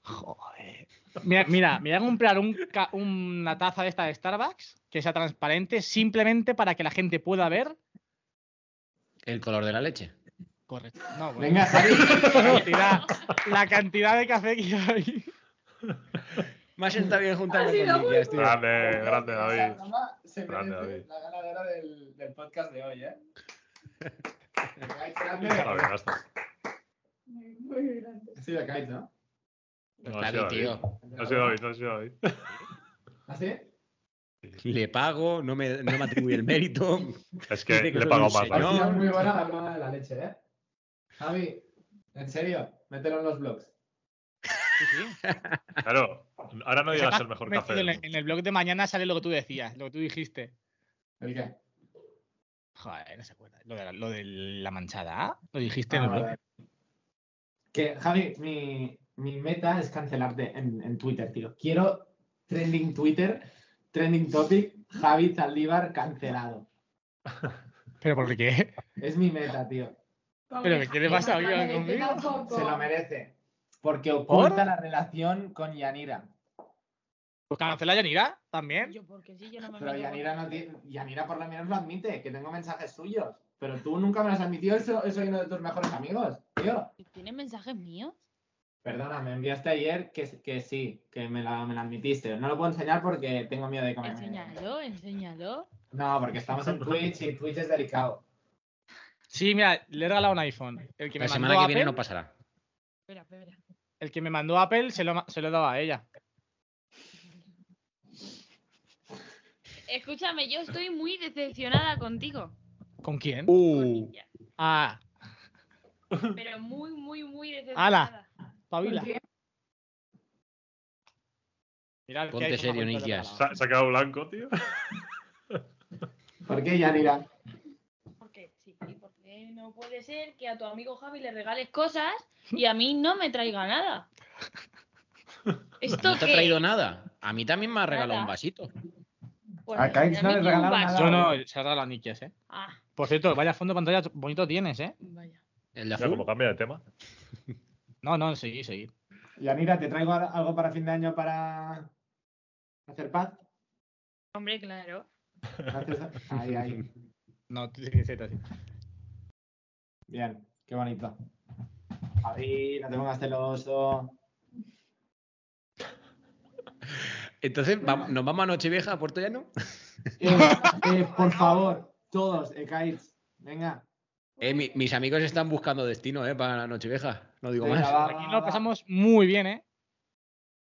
Joder. Mira, mira, me voy a comprar un ca- una taza de esta de Starbucks que sea transparente simplemente para que la gente pueda ver. El color de la leche. Correcto. No, bueno. Venga, Javi. La cantidad, la cantidad de café que hay. Me ha sentado bien Ha sido con muy Nikias, Grande, Eh, grande, Esa David. broma se Grande, merece David. La ganadora del, del podcast de hoy, ¿eh? Kites, grande. David, ya está. Muy, muy grande. Ha sido Kites, ¿no? No ha sido David. tío. No ha sido David, no ha sido David. ¿Ah, sí? Le pago, no me, no me atribuye el mérito. Es que Dice que le soy he pagado un más. Ha señor. David. sido muy buena la broma de la leche, ¿eh? Javi, en serio, mételo en los blogs. Sí, sí. Claro, ahora Esa no dirás taza el mejor que he café. metido del En el, mundo. en el blog de mañana sale lo que tú decías, lo que tú dijiste. ¿El qué? Joder, no se acuerda. Lo de la, lo de la manchada, ¿ah? Lo dijiste en Ah, el blog. vale. Que, Javi, mi, mi meta es cancelarte en, en Twitter, tío. Quiero trending Twitter, trending topic, Javi Zaldívar cancelado. ¿Pero por qué? Es mi meta, tío. Pero, ¿qué le pasa hoy este conmigo? Se lo merece. Porque oculta la relación con Yanira. Pues cancela Yanira también. Yo, porque sí, yo no me Pero meto Yanira, no tiene- Yanira por lo menos lo admite, que tengo mensajes suyos. Pero tú nunca me los has admitido y so- soy uno de tus mejores amigos, tío. con- ¿Tiene mensajes míos? Perdona, me enviaste ayer que, que sí, que me la, me la admitiste. No lo puedo enseñar porque tengo miedo de que me- Enséñalo, enséñalo. No, porque estamos en Twitch y Twitch es delicado. Sí, mira, le he regalado un iPhone. El que La me semana mandó que Apple, viene no pasará. Espera, espera. el que me mandó Apple se lo, ma- se lo he dado a ella. Escúchame, yo estoy muy decepcionada contigo. ¿Con quién? con Uh, ella. Ah, Pero muy, muy, muy decepcionada. Pavila. ¿Por qué? Mirad que Ponte hay cosas serio, bonitas Nikias. de Se ha- se ha quedado blanco, tío. ¿Por qué, Yanira? ¿Por qué? Sí, porque que no puede ser que a tu amigo Javi le regales cosas y a mí no me traiga nada. ¿Esto No te ha qué? traído nada. A mí también me ha regalado Nada. un vasito. Pues A Kaix a no mí le ni un regalaron vaso. nada. Yo Yo No, no, se ha dado la niquias, ¿eh? Ah, Por cierto, vaya fondo de pantalla bonito tienes, ¿eh? vaya. El de Ya, azul. como cambia de tema. No, no, seguí, seguí. Yanira, ¿te traigo al- algo para fin de año para hacer paz? Hombre, claro. Haces- Ahí, ahí. No, sí, sí, sí, sí. Bien, qué bonito. A ver, no te pongas celoso. Entonces, vam- ¿nos vamos a Nochevieja a Puerto Llano? Eh, eh, por favor, todos, Ekaitz, venga. Eh, mi- mis amigos están buscando destino eh, para la Nochevieja. No digo Venga, más. va, Aquí va, lo va. pasamos muy bien, ¿eh?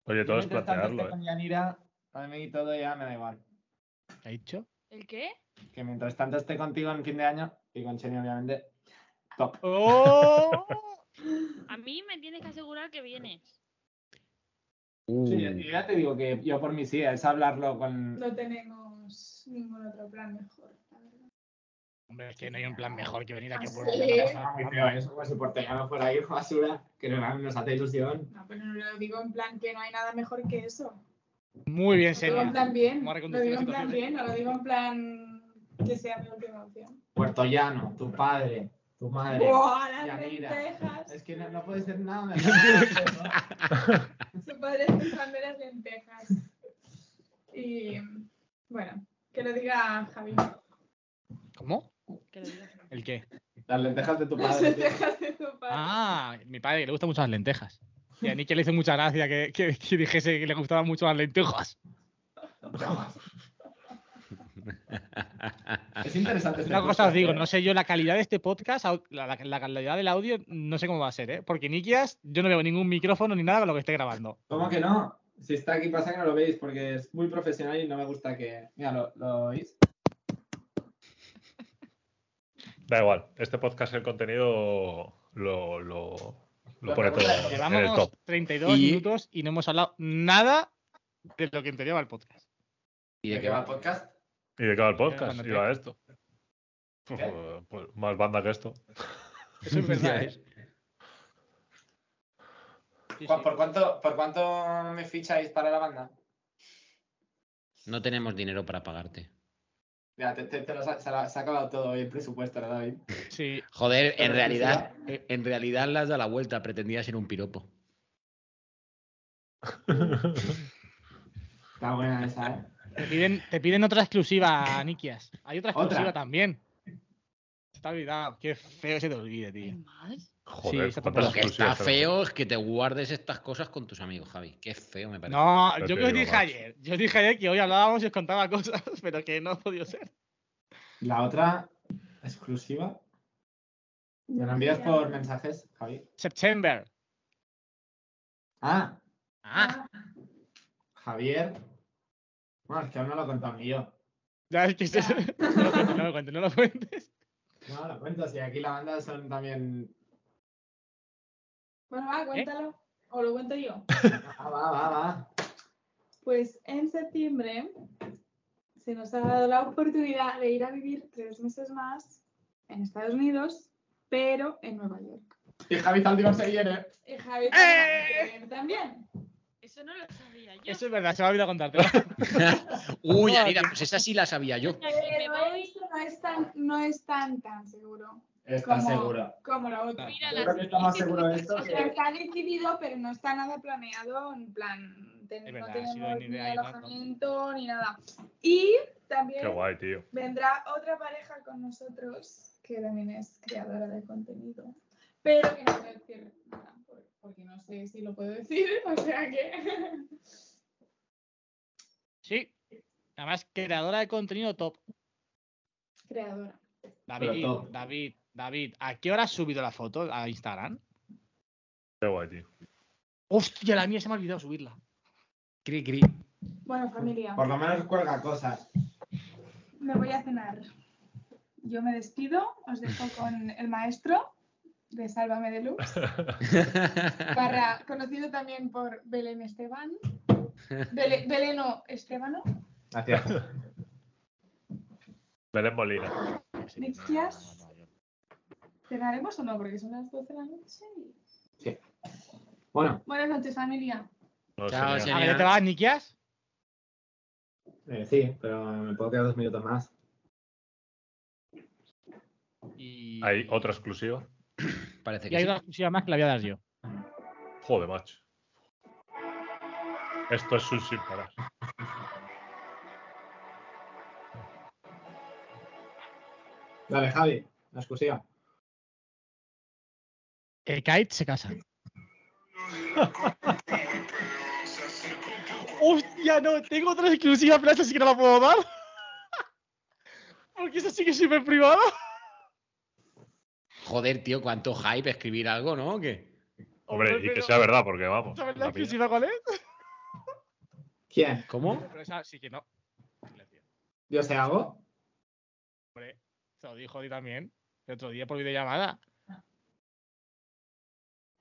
Oye, todo es Mientras tanto, este plantearlo, estoy ¿eh? con Yanira, a mí todo ya me da igual. ¿Qué ha dicho? ¿El qué? Que mientras tanto esté contigo en fin de año y con Cheni, obviamente, top. ¡Oh! A mí me tienes que asegurar que vienes. Uh, Sí, yo ya te digo que yo por mí sí, es hablarlo con. No tenemos ningún otro plan mejor, la verdad. Hombre, es que no hay un plan mejor que venir aquí a Ah, Puerto sí. Llano. Ah, muy feo eso, como si Portellano fuera ahí, basura, que no- nos hace ilusión. No, pero no lo digo en plan que no hay nada mejor que eso. Muy bien, Lo digo en Senia. plan Vamos bien. a Lo reconducir digo la en plan situación. bien, no lo digo en plan que sea mi última opción. Puertollano, tu padre, tu madre. ¡Buah, las Yanira. lentejas! Es que no, no puede ser nada mejor. Su padre está usando las lentejas. Y bueno, que lo diga Javi. ¿Cómo? Que lo digas. ¿El qué? Las lentejas de tu Las padre. tío. lentejas de tu padre. Ah, mi padre que le gustan mucho las lentejas. Y a Nick le hizo mucha gracia que, que- que dijese que le gustaban mucho las lentejas. Es interesante. este Una cosa os podcast, digo, ¿eh? no sé yo la calidad de este podcast, au- la, la- la calidad del audio, no sé cómo va a ser, ¿eh? Porque Nikias, yo no veo ningún micrófono ni nada con lo que esté grabando. ¿Cómo que no? Si está aquí pasa que no lo veis porque es muy profesional y no me gusta que... Mira, ¿lo, lo oís? Da igual. Este podcast, el contenido lo, lo, lo pone todo en el Llevamos top. 32 Y- minutos y no hemos hablado nada de lo que en teoría va el podcast. ¿Y de qué va? podcast? ¿Y de qué va el podcast? Cuando ¿Y va esto? ¿Eh? Pues, pues, más banda que esto. Eso es Ya verdad. ¿eh? ves. Sí, sí. ¿Cu- ¿Por cuánto, ¿Por cuánto me ficháis para la banda? No tenemos dinero para pagarte. Mira, te, te- te lo sa- se, la- se ha acabado todo hoy el presupuesto, ¿verdad, David? Sí, Joder, en Pero realidad, eh, en realidad las da la vuelta. Pretendía ser un piropo. Está buena esa, ¿eh? te piden, te piden otra exclusiva, Nikias. Hay otra exclusiva Otra. también. Se te ha olvidado. Qué feo se te olvide, ¿Hay tío. más? Joder, está cuántas Pero Lo que está exclusivas tenemos. feo es que te guardes estas cosas con tus amigos, Javi. Qué feo me parece. No, Pero yo te que os digo, dije macho. ayer. Yo os dije ayer que hoy hablábamos y os contaba cosas, pero que no ha podido ser. La otra exclusiva. ¿Me la envías por mensajes, Javi? September. Ah, Ah, Javier. Bueno, es que aún no lo he contado ni yo. ya es que se- no lo cuentes, no lo cuentes, no lo cuentes. No, lo cuento, si aquí la banda son también... Bueno, va, ¿Eh? cuéntalo. O lo cuento yo. Ah, va, va, va. Pues en septiembre se nos ha dado la oportunidad de ir a vivir tres meses más en Estados Unidos, pero en Nueva York. Y Javi Zaldívar se viene. Y Javi también. Eso no lo sabía yo. Eso es verdad, se me ha olvidado contarte. Uy, mira, pues esa sí la sabía yo. Ya que me Pero voy, esto no es tan, no es tan, tan seguro Está ¿Cómo? seguro. como la otra. mira Yo creo las- que está más seguro de esto O sea, que... está decidido, pero no está nada planeado, en plan, ten- Es verdad, no ha sido tenemos ni ni idea, ni nada. alojamiento ni nada. Y también Qué guay, tío. vendrá otra pareja con nosotros, que también es creadora de contenido, pero que no voy a decir nada, por- porque no sé si lo puedo decir, o sea que... Sí. Además, creadora de contenido top. creadora. David, Pero top. David, David, ¿a qué hora has subido la foto a Instagram? Qué guay, tío. Hostia, la mía se me ha olvidado subirla. Ah, Cri, cri. Bueno, familia, Por lo menos cuelga cosas. me voy a cenar. Yo me despido, os dejo con el maestro de Sálvame de Luz. barra, conocido también por Belén Esteban. Bele- Beleno Estebano, Gracias. Belén Molina. Nikias ¿Cerraremos o no? Porque son las 12 de la noche. y- Bueno, Buenas noches, familia. No, Chao, señor. señor. ¿A que te vas, Nikias? eh, sí, pero me puedo quedar dos minutos más. Y, Hay otra exclusiva. Parece y que hay sí. una exclusiva más que la voy a dar yo. Joder, macho. Esto es un sin parar. Dale, Javi, la exclusiva. El Kite se casa. Hostia, no, tengo otra exclusiva, pero esta sí que no la puedo dar. Porque esa sí que es súper privada. Joder, tío, cuánto hype escribir algo, ¿no? ¿O ¿Qué? Hombre, Hombre, y que pero- sea verdad, porque vamos. ¿Sabes la la pilla. exclusiva cuál es? ¿Quién? ¿Cómo? Pero esa sí que no. Gracias. ¿Yo se hago? Se lo dijo Di también el otro día por videollamada.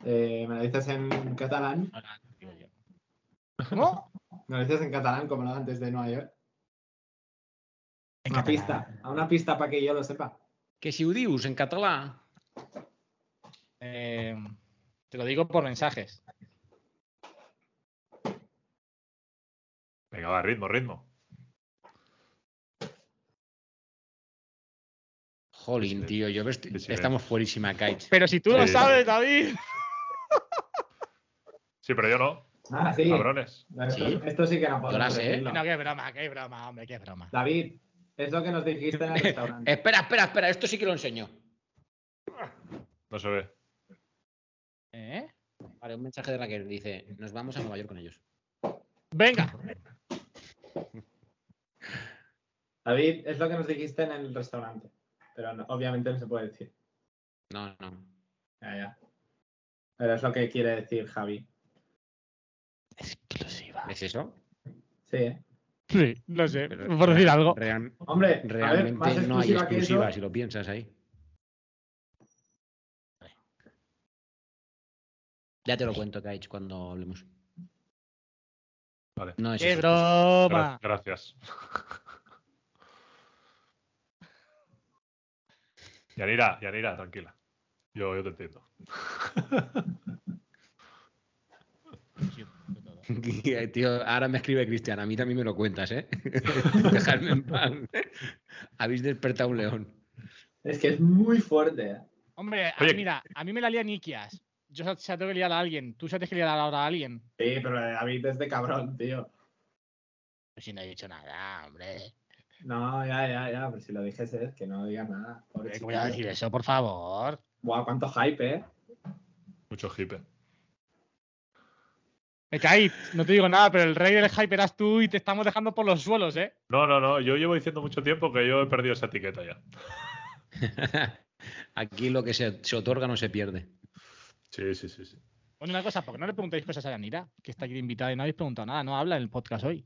Eh, ¿Me lo dices en catalán? ¿Cómo? ¿Me lo dices en catalán como lo de antes de Nueva York? Una pista, a una pista para que yo lo sepa. Que si ho dius en catalán. Eh, te lo digo por mensajes. Venga, va, ritmo, ritmo. Jolín, tío, yo estoy- Sí, sí, estamos fuerísima, Kite. Pero si tú lo lo Sí. sabes, sabes, David. Sí, pero yo no. Ah, sí. Cabrones. Esto, Sí. esto sí que no Yo la podemos sé. decirlo. No, qué broma, qué broma, hombre, qué broma. David, es lo que nos dijiste Eh. en el restaurante. Espera, espera, espera, esto sí que lo enseño. No se ve. ¿Eh? Vale, un mensaje de Raquel dice, nos vamos a Nueva York con ellos. Venga. David, es lo que nos dijiste en el restaurante. Pero no- obviamente no se puede decir. No, no. Ya, ya. Pero es lo que quiere decir Javi. Exclusiva. ¿Es eso? Sí. ¿eh? Sí, no sé, Pero- por decir algo. Real- Hombre, a ver, realmente más no hay exclusiva que exclusiva, eso. si lo piensas ahí. Ya te lo cuento, Kite, cuando hablemos. Vale. No es ¡Qué eso. broma! Gra- gracias. Yanira, Yanira, tranquila. Yo, yo te entiendo. Que, Tío, ahora me escribe Cristian, a mí también me lo cuentas, ¿eh? Dejadme en paz. Habéis despertado un león. Es que es muy fuerte. ¿eh? Hombre, a- Oye. mira, a mí me la lía Nikias. Yo se se la tengo que liar a alguien. Tú se la tienes que liar ahora a alguien. Sí, pero la de David es de cabrón, tío. Pero si no he dicho nada, hombre. No, ya, ya, ya. Pero si lo dijese es que no digas nada. Pobre Hombre, chico. Eh, ¿Cómo voy a decir eso, por favor? Buah, cuánto hype, ¿eh? Mucho hipe. Me caí, no te digo nada, pero el rey del hype eras tú y te estamos dejando por los suelos, ¿eh? No, no, no. Yo llevo diciendo mucho tiempo que yo he perdido esa etiqueta ya. Aquí lo que se, se otorga no se pierde. Sí, sí, sí. sí. Bueno, una cosa, ¿por qué no le preguntáis cosas a Yanira? Que está aquí de invitada y no habéis preguntado nada, no habla en el podcast hoy.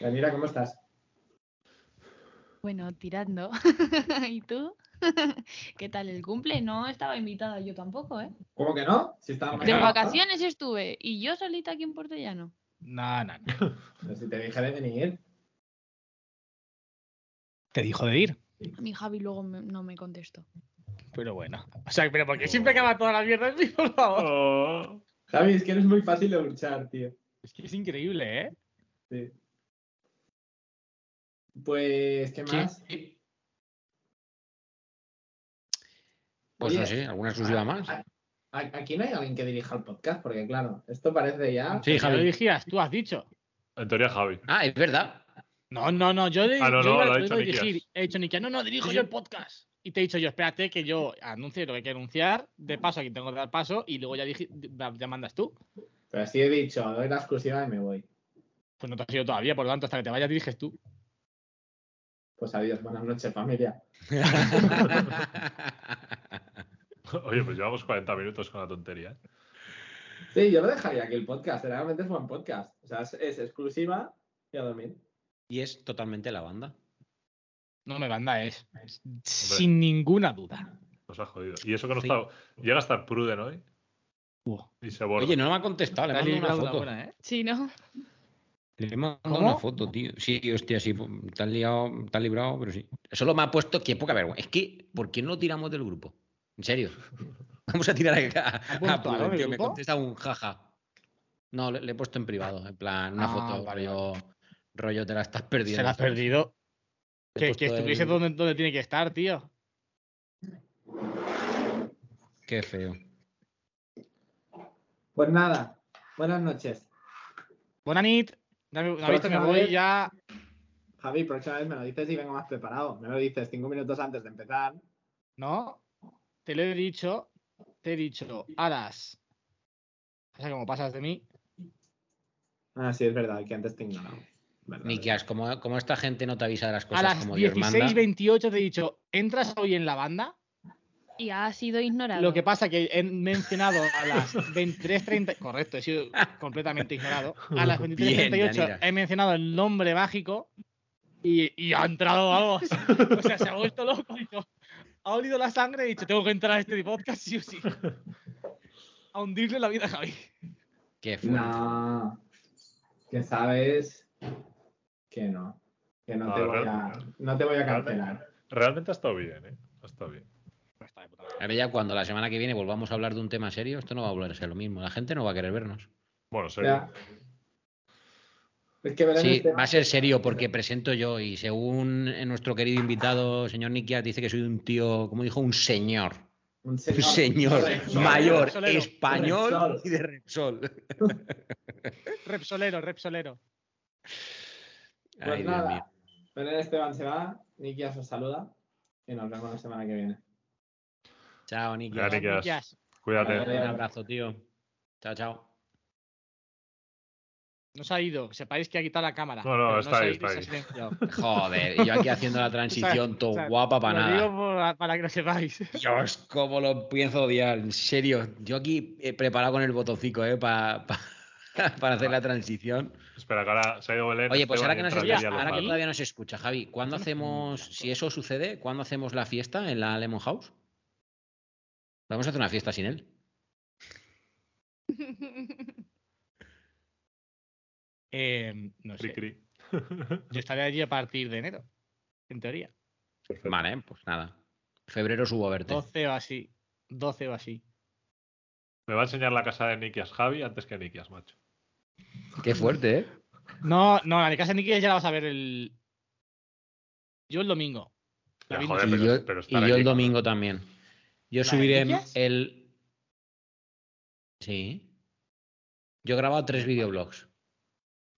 Yanira, ¿cómo estás? Bueno, tirando. ¿Y tú? ¿Qué tal el cumple? No estaba invitada yo tampoco, ¿eh? ¿Cómo que no? Si estaba De vacaciones estuve y yo solita aquí en Portellano. No, no, no. Pero si te dije de venir. Te dijo de ir. Mi Javi luego me- no me contestó. Pero bueno. O sea, pero porque siempre acaba toda la mierda en mí, por favor. Oh, Javi, es que eres muy fácil de luchar, tío. Es que es increíble, ¿eh? Sí. Pues, ¿qué más? Pues Oye, no sé, alguna exclusiva más. a- a- Aquí no hay alguien que dirija el podcast, porque claro, esto parece ya. Sí, Ya lo Javi. dirigías, tú has dicho. En teoría, Javi. Ah, es verdad. No, no, no, yo, de- Ah, no, yo no, iba- lo ha yo iba dicho a Nikias. dirigir. He dicho, Nikias, no, no, dirijo yo el podcast. Y te he dicho yo, espérate que yo anuncie lo que hay que anunciar, de paso aquí tengo que dar paso, y luego ya, dije- ya mandas tú. Pero así he dicho, doy la exclusiva y me voy. Pues no te has ido todavía, por lo tanto, hasta que te vayas diriges tú. Pues adiós, buenas noches, familia. Oye, pues llevamos 40 minutos con la tontería. ¿eh? Sí, yo lo dejaría aquí el podcast, ¿eh? realmente es buen podcast. O sea, es, es exclusiva y a dormir. y es totalmente la banda. No me banda es. Sin ninguna duda. Nos ha jodido. Y eso que no Sí. está. Llega a estar Pruden hoy. Buah. Y se borra. Oye, no me ha contestado, le Te has mando una librado una foto. buena, ¿eh? Sí, ¿no? Le he mandado ¿Cómo? una foto, tío. Sí, hostia, sí. Te has liado, te has librado, pero sí. Solo me ha puesto que poca vergüenza. Es que, ¿por qué no tiramos del grupo? En serio. Vamos a tirar a, a, puesto a algo Prudencia, en el Me grupo? contesta un jaja. No, le, le he puesto en privado. En plan, una Ah, foto, vale, rollo, rollo, te la estás perdiendo. Se la has ¿sabes? perdido. He Que, que puesto estuviese el- donde, donde tiene que estar, tío. Qué feo. Pues nada, buenas noches. Buena nit. Ya me- ya he Próxima visto, me voy vez. ya. Javi, próxima vez me lo dices y vengo más preparado. Me lo dices cinco minutos antes de empezar. No, te lo he dicho. Te he dicho a las. O sea, como pasas de mí. Ah, sí, es verdad, que antes te ignoraba. Verdad. Nikias, como, como esta gente no te avisa de las cosas a las como Dios manda. 16.28 te he dicho, ¿entras hoy en la banda? Y ha sido ignorado. Lo que pasa que he mencionado a las 23.30. Correcto, he sido completamente ignorado. A las Bien, 23.38 Yanira. he mencionado el nombre mágico y, y ha entrado, vamos. O sea, se ha vuelto loco. y yo- ha olido la sangre y he dicho, tengo que entrar a este podcast sí o sí. A hundirle la vida a Javi. Qué fuerte. No, que sabes que no. Que no, No, te, voy a, realmente- no te voy a realmente- cancelar. Realmente ha estado bien, ¿eh? Ha estado bien. A ver, ya cuando la semana que viene volvamos a hablar de un tema serio, esto no va a volver a ser lo mismo. La gente no va a querer vernos. Bueno, serio. Ya. Es que Belén Sí, Esteban- va a ser serio eh, porque presento yo y según nuestro querido invitado, señor Nikias, dice que soy un tío, como dijo, un señor. un Un señor. señor Repsol. mayor, Repsolero. español Repsol. y de Repsol. Repsolero, repsolero. Pues Ay, Dios mío. nada, Belén Esteban se va, Nikias os saluda y nos vemos la semana que viene. Chao, Ya, Nikias. Nikias, Nikias. Cuídate. Vale. Un abrazo, tío. Chao, chao. No se ha ido. Sepáis que ha quitado la cámara. No, no, pero se está ha ahí, ido, está se ha silenciado. Joder, y yo aquí haciendo la transición, O todo sea, guapa para Lo nada. digo por- para que lo sepáis. Dios, cómo lo empiezo a odiar, en serio. Yo aquí he preparado con el botoncico, ¿eh? Pa- pa- para hacer la transición. Espera, que ahora se ha ido Belén. Oye, pues ahora que, Esteban, nos y entra escucha- Lidia ahora que Lozano. todavía no se escucha, Javi, ¿cuándo hacemos, si eso sucede, cuándo hacemos la fiesta en la Lemon House? Vamos a hacer una fiesta sin él. Eh, no Cri, sé. cri. Yo estaré allí a partir de enero, en teoría. Vale, pues nada. Febrero subo a verte. Oh. 12 o así. 12 o así. Me va a enseñar la casa de Nikias Javi antes que Nikias, macho. Qué fuerte, ¿eh? No, no, la de casa de Nikias ya la vas a ver el. Yo el domingo. Ya, vi- joder, y pero, yo, y pero estar yo el allí- domingo también. Yo ¿La subiré envidias? el. Sí. Yo he grabado tres videoblogs.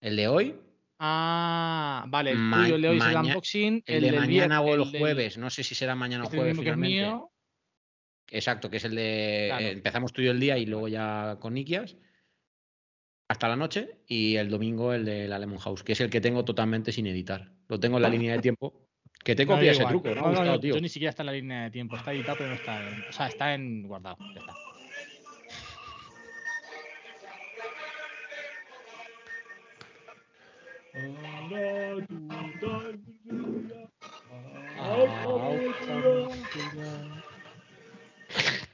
El de hoy, Ah, vale. El Ma- tuyo, el de hoy es el maña- unboxing. el, de del mañana vier- o el, del- jueves. No sé si será mañana o este jueves mismo que es finalmente. mío. Exacto, que es el de. Claro. eh, empezamos tú y yo el día y luego ya con Nikias. Hasta la noche y el domingo el de la Lemon House, que es el que tengo totalmente sin editar. Lo tengo en la línea de tiempo. Que te No, copia yo ese igual. truco, ¿no? No, no, Gustavo, yo, tío. yo ni siquiera está en la línea de tiempo. Está editado, pero no está. en- o sea, está en guardado. Ya está.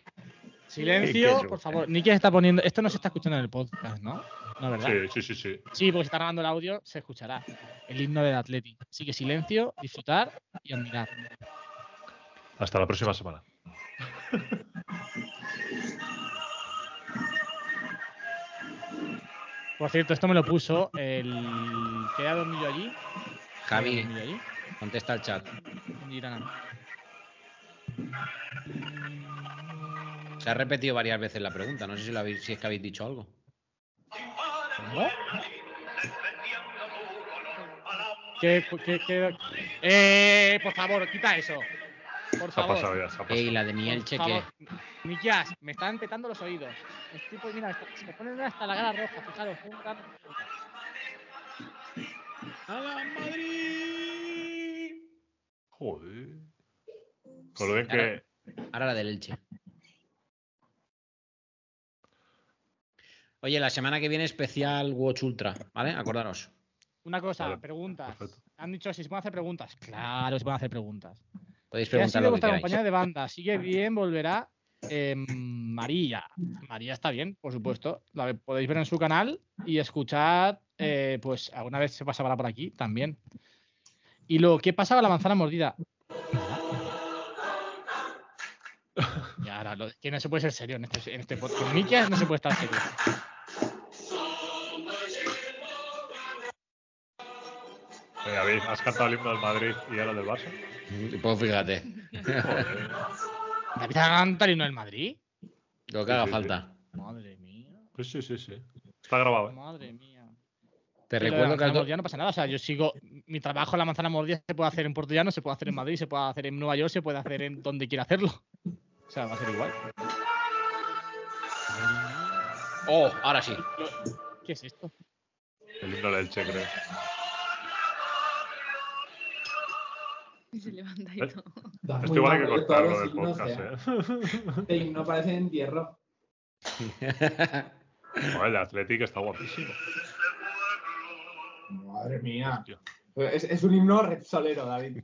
Qué Silencio, queso. por favor. Niki está poniendo. Esto no se está escuchando en el podcast, ¿no? No, ¿verdad? Sí, Sí, sí, sí, sí. porque si está grabando el audio, se escuchará. El himno del Atleti. Así que silencio, disfrutar y admirar. Hasta la próxima semana. Por cierto, esto me lo puso el que ha dormido allí. que ha Javi, dormido allí. contesta el chat. Irán. Se ha repetido varias veces la pregunta. No sé si, lo habéis- si es que habéis dicho algo. ¿Cómo? ¿Qué, qué- qué- Eh, por favor, quita eso. Por Se ha favor. pasado ya, se ha pasado. Ey, la de Mielche, Por que. favor. Nikias, me están petando los oídos. El tipo, mira, está- se me ponen hasta la cara roja, fijaros. un gran- Joder. Con lo bien Ahora- que. Ahora la del Elche. Oye, la semana que viene especial Watch Ultra, ¿vale? Acordaros. Una cosa, Vale, preguntas. perfecto. Han dicho si se pueden hacer preguntas. Claro, se pueden hacer preguntas. Podéis ¿Qué ha preguntar sido lo que vuestra queráis. compañera de banda? ¿Sigue bien? ¿Volverá? Em, María. María está bien, por supuesto. La ve- podéis ver en su canal y escuchar eh, pues alguna vez se pasaba por aquí también. Y lo que pasaba la manzana mordida. Y ahora, lo- que no se puede ser serio en este, en este podcast. Con Mikias no se puede estar serio. Eh, David, has cantado el himno del Madrid y ahora del Barça. Pues fíjate, Joder. ¿David Aganta y no el Madrid? lo que haga Sí, sí, sí. falta. Madre mía. Pues sí, sí, sí. Está grabado, ¿eh? Madre mía. Te Pero la recuerdo que manzana al do- mordida no pasa nada. O sea, yo sigo. Mi trabajo en la manzana mordida se puede hacer en Portugal, se puede hacer en Madrid, se puede hacer en Nueva York, se puede hacer en donde quiera hacerlo. O sea, va a ser igual. Oh, ahora sí. ¿Qué es esto? El himno del Che, creo. Y se levanta y ¿Eh? todo. Da Esto muy igual hay mal ¿eh? que rollo cortarlo todos del los podcast, himnos, ¿eh? ¿eh? Este himno parece entierro. Joder, el Athletic está guapísimo. Madre mía. Hostia. Es, es un himno repsolero, David.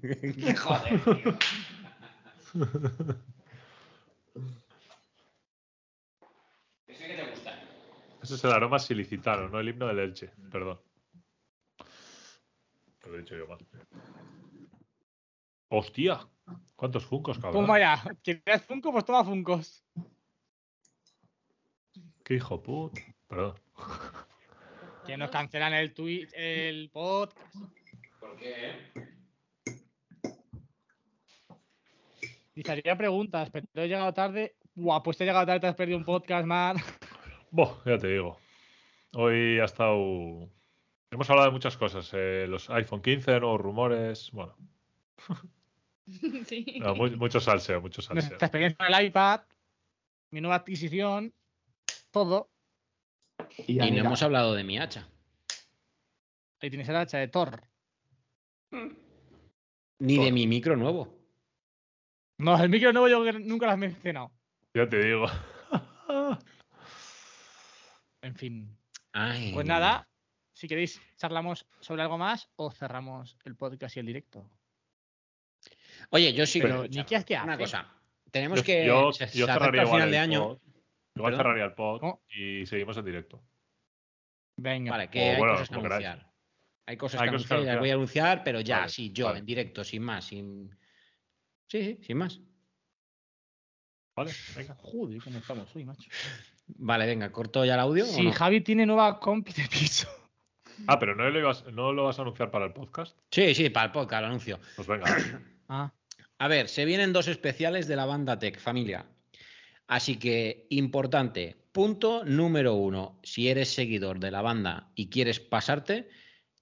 Joder. Ese es el aroma silicitano, no el himno del Elche. Perdón. Lo he dicho yo mal. ¡Hostia! ¿Cuántos funcos, cabrón? Toma ya. ¿Quieres Funko? Pues toma Funkos. ¡Qué hijo put! Perdón. Que nos cancelan el tweet, el podcast. Dice, haría preguntas, pero he llegado tarde. Buah, pues te he llegado tarde, te has perdido un podcast, man. Boh, ya te digo. Hoy ha estado. Hemos hablado de muchas cosas. eh, los iPhone 15, nuevos rumores. Bueno, Sí. no, mu- mucho salseo, mucho salseo. Nuestra experiencia con el iPad, mi nueva adquisición, todo. Y no Anita. hemos hablado de mi hacha. Ahí tienes el hacha de Thor. Ni Oh. de mi micro nuevo. No, el micro nuevo yo creo que nunca lo has mencionado. Ya te digo. En fin. Ay. Pues nada, si queréis, charlamos sobre algo más o cerramos el podcast y el directo. Oye, yo sí Pero, que. Niki, ¿qué Una hace? cosa. Tenemos que. yo, se- yo se acerca cerraría el igual final el Oh, de año. pod. Igual Perdón. cerraría el pod ¿Cómo? y seguimos en directo. Venga. Vale, O que hay bueno, cosas que como queráis. anunciar. Hay cosas Hay que cosas que anunciar y las anunciar. voy a anunciar, pero ya, Vale, sí, yo, vale. en directo, sin más, sin. Sí, sí, sin más. ¿Vale? Venga. Joder, ¿cómo estamos hoy, macho? Vale, venga, corto ya el audio. o Si no? Javi tiene nueva compi de piso. Ah, pero no lo, ibas- no lo vas a anunciar para el podcast. Sí, sí, para el podcast, lo anuncio. Pues venga. Ah, A ver, se vienen dos especiales de la banda Tech, familia. Así que, importante, punto número uno, si eres seguidor de la banda y quieres pasarte,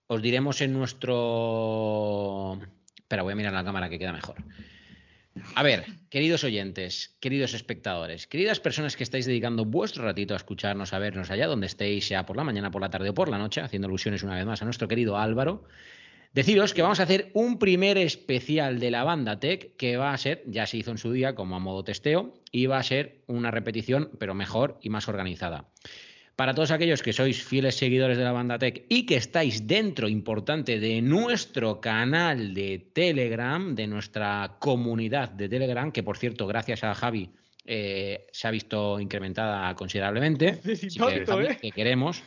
os diremos en nuestro... Espera, voy a mirar la cámara que queda mejor. A ver, queridos oyentes, queridos espectadores, queridas personas que estáis dedicando vuestro ratito a escucharnos, a vernos allá donde estéis, sea por la mañana, por la tarde o por la noche, haciendo alusiones una vez más a nuestro querido Álvaro, Deciros que vamos a hacer un primer especial de la banda Tech que va a ser, ya se hizo en su día como a modo testeo, y va a ser una repetición, pero mejor y más organizada. Para todos aquellos que sois fieles seguidores de la banda Tech y que estáis dentro, importante, de nuestro canal de Telegram, de nuestra comunidad de Telegram, que por cierto, gracias a Javi eh, se ha visto incrementada considerablemente. Así que, Necesito, Javi, ¿eh? que queremos.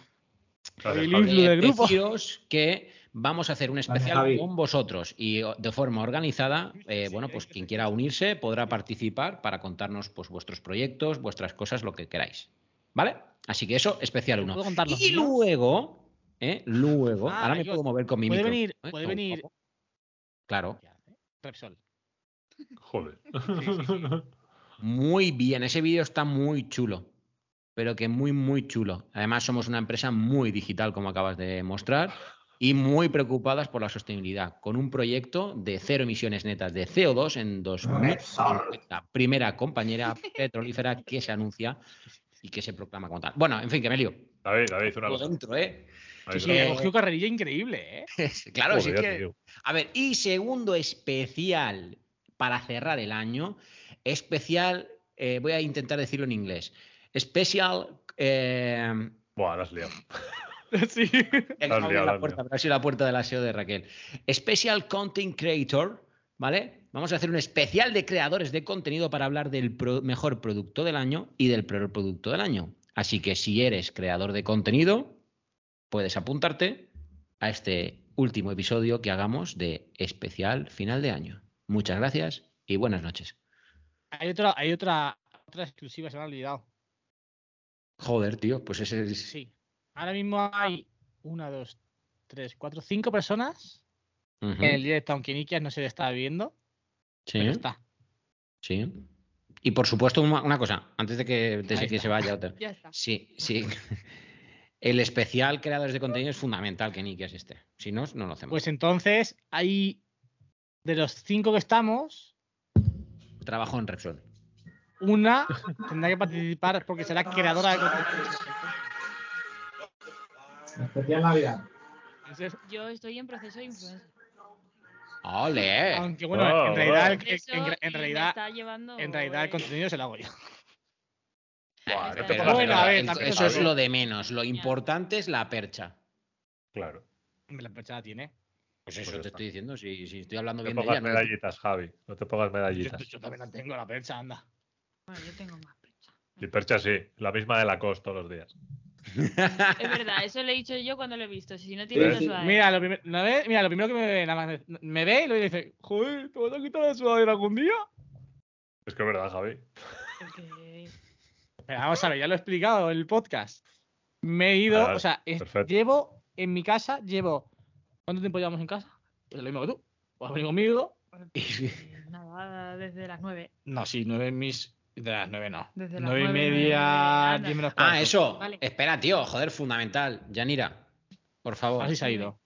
Gracias, El Javi. himno Eh, del grupo. deciros que vamos a hacer un especial Javi. con vosotros y o- de forma organizada, eh, bueno, pues quien quiera unirse podrá participar para contarnos pues vuestros proyectos, vuestras cosas, lo que queráis. ¿Vale? Así que eso, especial uno. ¿Puedo contar los Y míos? luego, eh, luego, Ah, ahora me yo- puedo mover con mi puede micro, venir- ¿eh? puede Como venir- guapo. Claro. ¿Qué hace? Repsol. Joder. Muy bien, ese vídeo está muy chulo. Pero que muy, muy chulo. Además, somos una empresa muy digital, como acabas de mostrar, y muy preocupadas por la sostenibilidad, con un proyecto de cero emisiones netas de CO2 en 2050. Primera compañera petrolífera que se anuncia y que se proclama como tal. Bueno, en fin, que me lío. David, David, una Lo cosa. dentro, ¿eh? David, Sí, una ha eh, cosa. cogido carrerilla increíble, ¿eh? Claro, sí Joder, ya te que. digo. A ver, y segundo especial para cerrar el año, especial, eh, voy a intentar decirlo en inglés, especial, eh, Buah, la has liado. Sí. eh, Lo has no liado, abro la lo has puerta, liado. pero ha sido la puerta del aseo de Raquel. Special Content Creator, ¿vale? Vamos a hacer un especial de creadores de contenido para hablar del pro- mejor producto del año y del peor producto del año. Así que si eres creador de contenido, puedes apuntarte a este último episodio que hagamos de especial final de año. Muchas gracias y buenas noches. Hay otra, hay otra, otra exclusiva, se me ha olvidado. Joder, tío, pues ese es... Sí. Ahora mismo hay una, dos, tres, cuatro, cinco personas Ujú, en el directo, aunque Nikias no se le está viendo, sí, pero está. sí. Y por supuesto, una, una cosa, antes de que, de Ahí que está. se vaya otra. Ya está. Sí, sí. El especial creadores de contenido es fundamental que Nikias esté. Si no, no lo hacemos. Pues entonces, hay de los cinco que estamos, Trabajo en Repsol. una tendrá que participar porque será creadora de contenido. Especial Navidad. Entonces, Yo estoy en proceso de influencer. ¡Ole! aunque bueno, Wow, en oh. realidad, en- en- wow. en Eso, y me realidad, está llevando, en realidad el eh, contenido se lo hago yo. Bueno, Pero pero- bueno, pero a ver, el- tampoco eso se es ve. lo de menos. Lo importante es la percha. Claro. Hombre, La percha la tiene. Pues eso Pues ya te está. estoy diciendo. Si, si estoy hablando No te bien de ella. pongas no te- medallitas, Javi. No te pongas Yo, medallitas. yo también la tengo, la percha, anda. Bueno, yo tengo más prisa. Y percha sí, la misma de la COS todos los días. Es verdad, eso lo he dicho yo cuando lo he visto. Si no Sí, tienes sí. la suave. Mira lo, primer- la vez- mira, lo primero que me ve, nada más, me ve y luego dice, joder, ¿te vas a quitar la sudadera algún día? Es que es verdad, Javi. porque- Pero vamos a ver, ya lo he explicado en el podcast. Me he ido, Ah, o sea, es- perfecto. llevo en mi casa, llevo. ¿Cuánto tiempo llevamos en casa? Pues lo mismo que tú. Pues has venido conmigo. porque Nada, desde las nueve. No, sí, nueve mis. De las nueve no. Desde las nueve y nueve, media, anda. diez menos cuarto. Ah, eso. Vale. Espera, tío. Joder, fundamental. Yanira, por favor. Así se ha ido.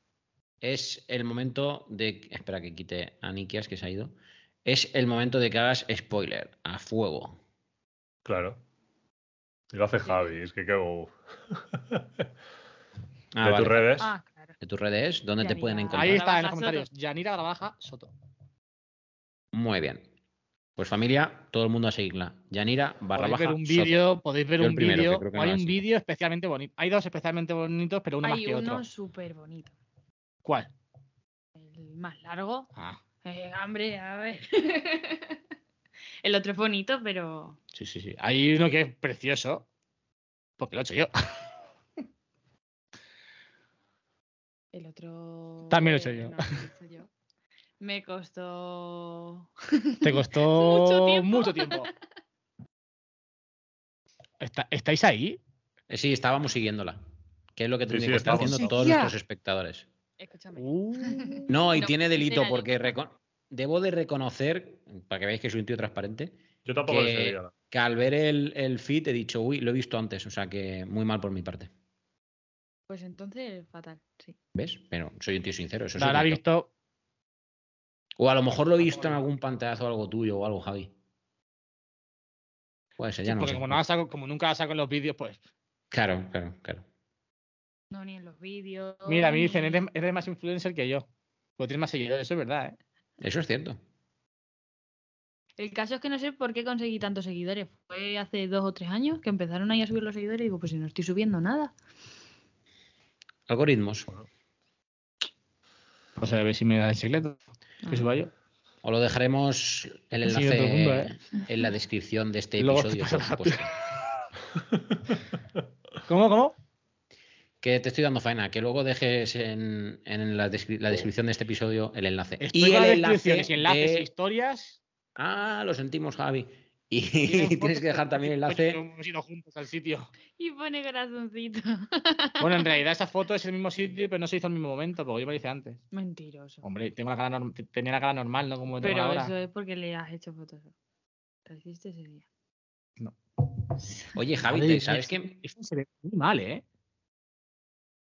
Es el momento de. Espera que quite a Nikias, que se ha ido. Es el momento de que hagas spoiler a fuego. Claro. Y lo hace Javi, es que qué bobo. Ah, de vale. tus Pues redes. Ah, claro. De tus redes, ¿dónde te Yanira. pueden encontrar? Ahí está en Soto. los comentarios. Yanira Grabaja Soto. Muy bien. Pues familia, todo el mundo a seguirla. Yanira barra podéis baja. ver un Soto. vídeo, podéis ver Yo el un primero, que vídeo. creo que no Hay lo has un hecho. vídeo especialmente bonito. Hay dos especialmente bonitos, pero uno más Hay que otro. uno súper bonito. ¿Cuál? El más largo. Ah, Eh, hambre, a ver. el otro es bonito, pero. sí, sí, sí. Hay uno que es precioso. Porque lo he hecho yo. El otro. También lo he hecho eh, yo. no, lo he hecho yo. Me costó. Te Mucho costó tiempo. mucho tiempo. Está- ¿Estáis ahí? Eh, Sí, estábamos siguiéndola. Que es lo que Sí, tendría sí, que estar estamos, haciendo estamos. todos Ya. nuestros espectadores. Escúchame. Uh, No, y No, pues tiene delito era yo. porque reco- debo de reconocer, para que veáis que soy un tío transparente, Yo tampoco que- le seguía. la- que al ver el, el feed he dicho, uy, lo he visto antes, o sea que muy mal por mi parte. Pues entonces, fatal, sí. ¿Ves? ¿Ves? Pero soy un tío sincero, eso lo es habrá honesto. visto. O a lo mejor lo he visto en algún pantallazo o algo tuyo o algo, Javi. Puede ser, ya no porque sé. como, no la saco- como nunca la saco en los vídeos, pues. Claro, claro, claro. No, ni en los vídeos. Mira, me dicen, ni- eres, eres más influencer que yo. Pues tienes más seguidores, eso es verdad, ¿eh? Eso es cierto. El caso es que no sé por qué conseguí tantos seguidores. Fue hace dos o tres años que empezaron ahí a subir los seguidores y digo, pues si no estoy subiendo nada. Algoritmos. Vamos Pues a ver si me da el secreto. Que suba yo. O lo dejaremos el Sí, enlace otro mundo, ¿eh? en la descripción de este Luego te episodio, pasa por la supuesto. Ah. ¿Cómo, cómo? Que te estoy dando faena, que luego dejes en, en la, descri- la descripción de este episodio el enlace. Explico las el descripciones y enlaces de- e historias. Ah, lo sentimos, Javi. Y Tienen tienes fotos que dejar también el de- enlace. Coño, Hemos ido juntos al sitio. Y pone corazoncito. Bueno, en realidad esa foto es el mismo sitio, pero no se hizo al mismo momento, porque yo me lo hice antes. Mentiroso. Hombre, tengo la cara norm- te- tenía la cara normal, ¿no? Como tengo Pero ahora. eso es porque le has hecho fotos. Te hiciste ese día. Oye, Javi, Madre ¿te- mía, ¿sabes es- que Esto se ve muy mal, ¿eh?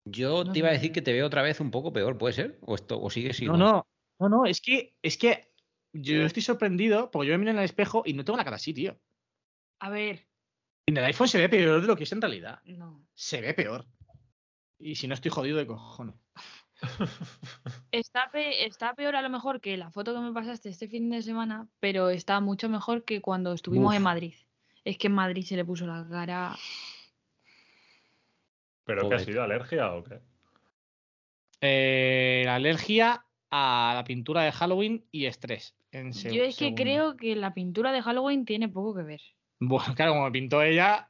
Yo No, te iba a no, decir no. que te veo otra vez un poco peor, ¿puede ser? ¿O, esto, o sigues No, igual? no, no, no, es que, es que yo estoy sorprendido porque yo me miro en el espejo y no tengo la cara así, tío. A ver, En el iPhone se ve peor de lo que es en realidad. no. Se ve peor. Y si no estoy jodido de cojones. Está, pe- está peor a lo mejor que la foto que me pasaste este fin de semana, pero está mucho mejor que cuando estuvimos Uf. en Madrid. Es que en Madrid se le puso la cara. ¿Pero qué ha Joder. sido? ¿Alergia o qué? Eh, la alergia a la pintura de Halloween y estrés. en se- Yo es que segundo. creo que la pintura de Halloween tiene poco que ver. Bueno, claro, como me pintó ella,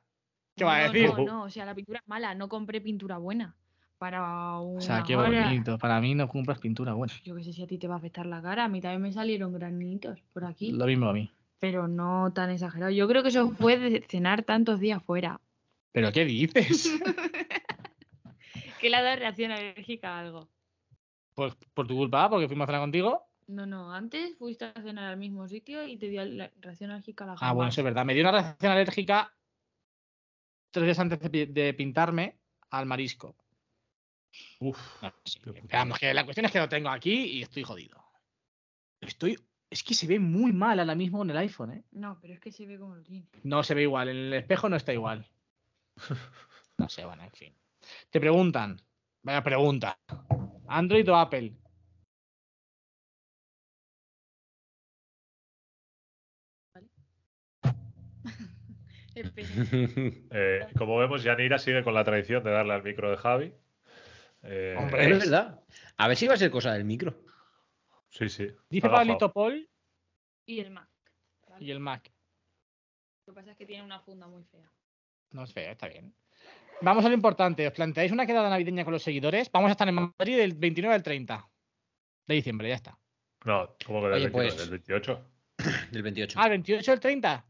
¿qué va a No, decir? No, no, o sea, la pintura es mala, no compré pintura buena. para una O sea, qué hora. bonito. Para mí no compras pintura buena. Yo qué sé si a ti te va a afectar la cara. A mí también me salieron granitos por aquí, Lo mismo a mí. pero no tan exagerado. Yo creo que eso fue de cenar tantos días fuera. ¿Pero qué dices? Que le ha dado reacción alérgica a algo. pues por tu culpa, porque fuimos a cenar contigo. No, no, antes fuiste a cenar al mismo sitio y te dio la reacción alérgica a la Ah, bueno, gamba. eso es verdad. Me dio una reacción alérgica tres días antes de, pi- de pintarme al marisco. Uf. No, sí, Qué putada. Vamos, que la cuestión es que lo tengo aquí y estoy jodido. Estoy. Es que se ve muy mal ahora mismo en el iPhone, ¿eh? No, pero es que se ve como lo tiene. No se ve igual, en el espejo no está igual. No sé, bueno, en fin. Te preguntan, vaya pregunta, ¿Android o Apple? Eh, como vemos, Yanira sigue con la tradición de darle al micro de Javi. Eh, Hombre. Es verdad. A ver si va a ser cosa del micro. Sí, sí. Dice Ha gafado. Pablito Paul Y el Mac. y el Mac. Lo que pasa es que tiene una funda muy fea. No es feo, está bien. Vamos a lo importante. ¿Os planteáis una quedada navideña con los seguidores? Vamos a estar en Madrid del 29 al 30 de diciembre, ya está. No, como que del Oye, 29, pues. del 28. Del 28. Ah, el 28 al 30.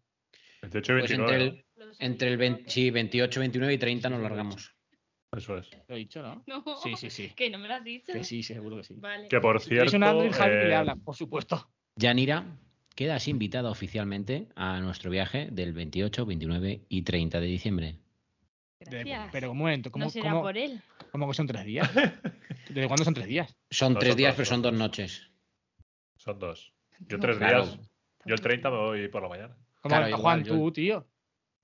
28 y Pues 29. entre el, entre el 20 sí, 28, 29 y 30 nos largamos. ¿no? Eso es. Lo he dicho, ¿no? No, Sí, sí, sí. que no me lo has dicho. Que sí, seguro que eh, sí. Vale. Que por Si es cierto. un Android, Javi eh, le habla, por supuesto. Yanira, quedas invitada oficialmente a nuestro viaje del 28, 29 y 30 de diciembre. De- Gracias. pero un momento, ¿cómo, no será cómo- por él. cómo que son tres días? ¿Desde cuándo son tres días? Son No, tres son días, dos, pero son dos noches. Son dos. Yo No, tres Claro. días. Yo el 30 me voy por la mañana. ¿Cómo Claro, que, igual, Juan, yo- tú, tío?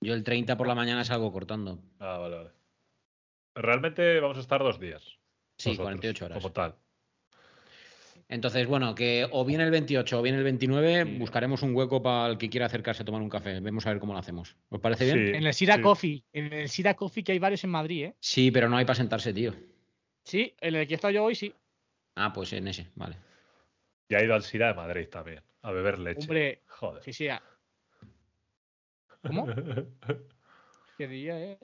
Yo el 30 por la mañana salgo cortando. Ah, vale, vale. Realmente vamos a estar dos días. Sí, nosotros, 48 horas. Como tal. Entonces, bueno, que o bien el 28 o bien el 29 Sí. buscaremos un hueco para el que quiera acercarse a tomar un café. Vemos a ver cómo lo hacemos. ¿Os parece bien? Sí, En el Sira sí. Coffee. En el Sira Coffee que hay varios en Madrid, ¿eh? Sí, pero no hay para sentarse, tío. Sí, en el que he estado yo hoy, sí. Ah, pues en ese, vale. Y ha ido al Sira de Madrid también. A beber leche. Hombre, Joder. sí, sí. ah. ¿Cómo? ¿Qué día es?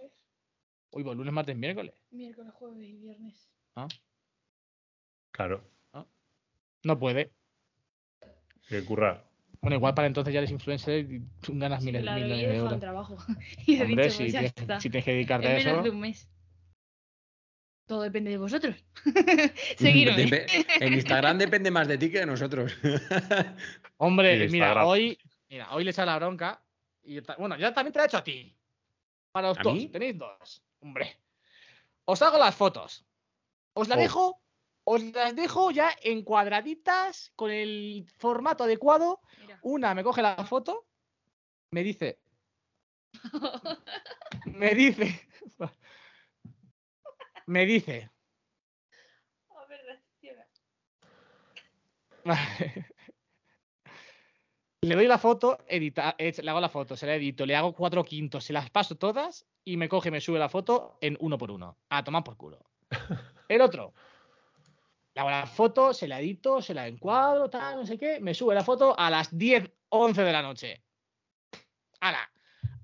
Uy, pues lunes, martes, miércoles. Miércoles, jueves y viernes. claro. No puede. Que currar. Bueno, igual para entonces ya eres influencer y tú ganas Sí, miles, claro, yo millones he de dejado euros. el trabajo. y he Hombre, dicho, si, pues ya tienes, está. si tienes que dedicarte a en menos eso. de un mes. Todo depende de vosotros. Seguirme. Depe- En Instagram depende más de ti que de nosotros. Hombre, Y de mira, Instagram. hoy, mira, hoy le echa la bronca. Y ta- bueno, ya también te la he hecho a ti. Para los ¿A dos, mí? tenéis dos. Hombre. Os hago las fotos. Os las Oh. dejo, os las dejo ya en cuadraditas, con el formato adecuado. Mira. Una me coge la foto, me dice. me dice. me dice. A ver, reacciona. Vale. Le doy la foto, edita, eh, le hago la foto, se la edito, le hago cuatro quintos, se las paso todas y me coge y me sube la foto en uno por uno. A tomar por culo. El otro. Le hago la foto, se la edito, se la encuadro, tal, no sé qué. Me sube la foto a las 10, 11 de la noche. Ahora,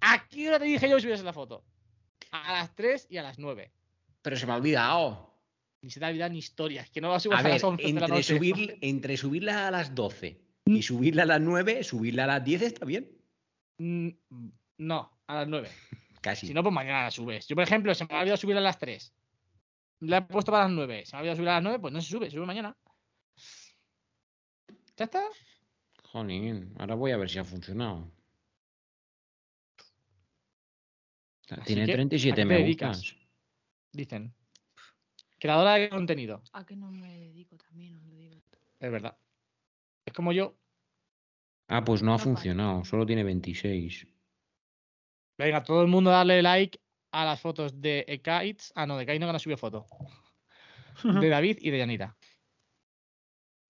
¿a qué hora te dije yo que subiese la foto? A las 3 y a las 9. Pero se me ha olvidado. Ni se te olvidan ni historias, que no la subas A a, ver, las 11 de la entre, noche. subir, entre subirla a las 12 y subirla a las 9, subirla a las 10 está bien. Mm, No, a las 9. Casi. Si no, pues mañana la subes. Yo, por ejemplo, se me ha olvidado subir a las 3. La he puesto para las 9. Se me ha olvidado subir a las 9, pues no se sube, se sube mañana. ¿Ya está? Jolín, ahora voy a ver si ha funcionado. Tiene que, ¿a 37 qué te me dedicas? gustas. Dicen. Creadora de contenido. A que no me dedico también, os lo digo. Es verdad. Es como yo. Ah, pues no ha No, funcionado, solo tiene 26. Venga, todo el mundo darle like a las fotos de Ekaitz. Ah, no, de Kaino que no subió foto. De David y de Yanira.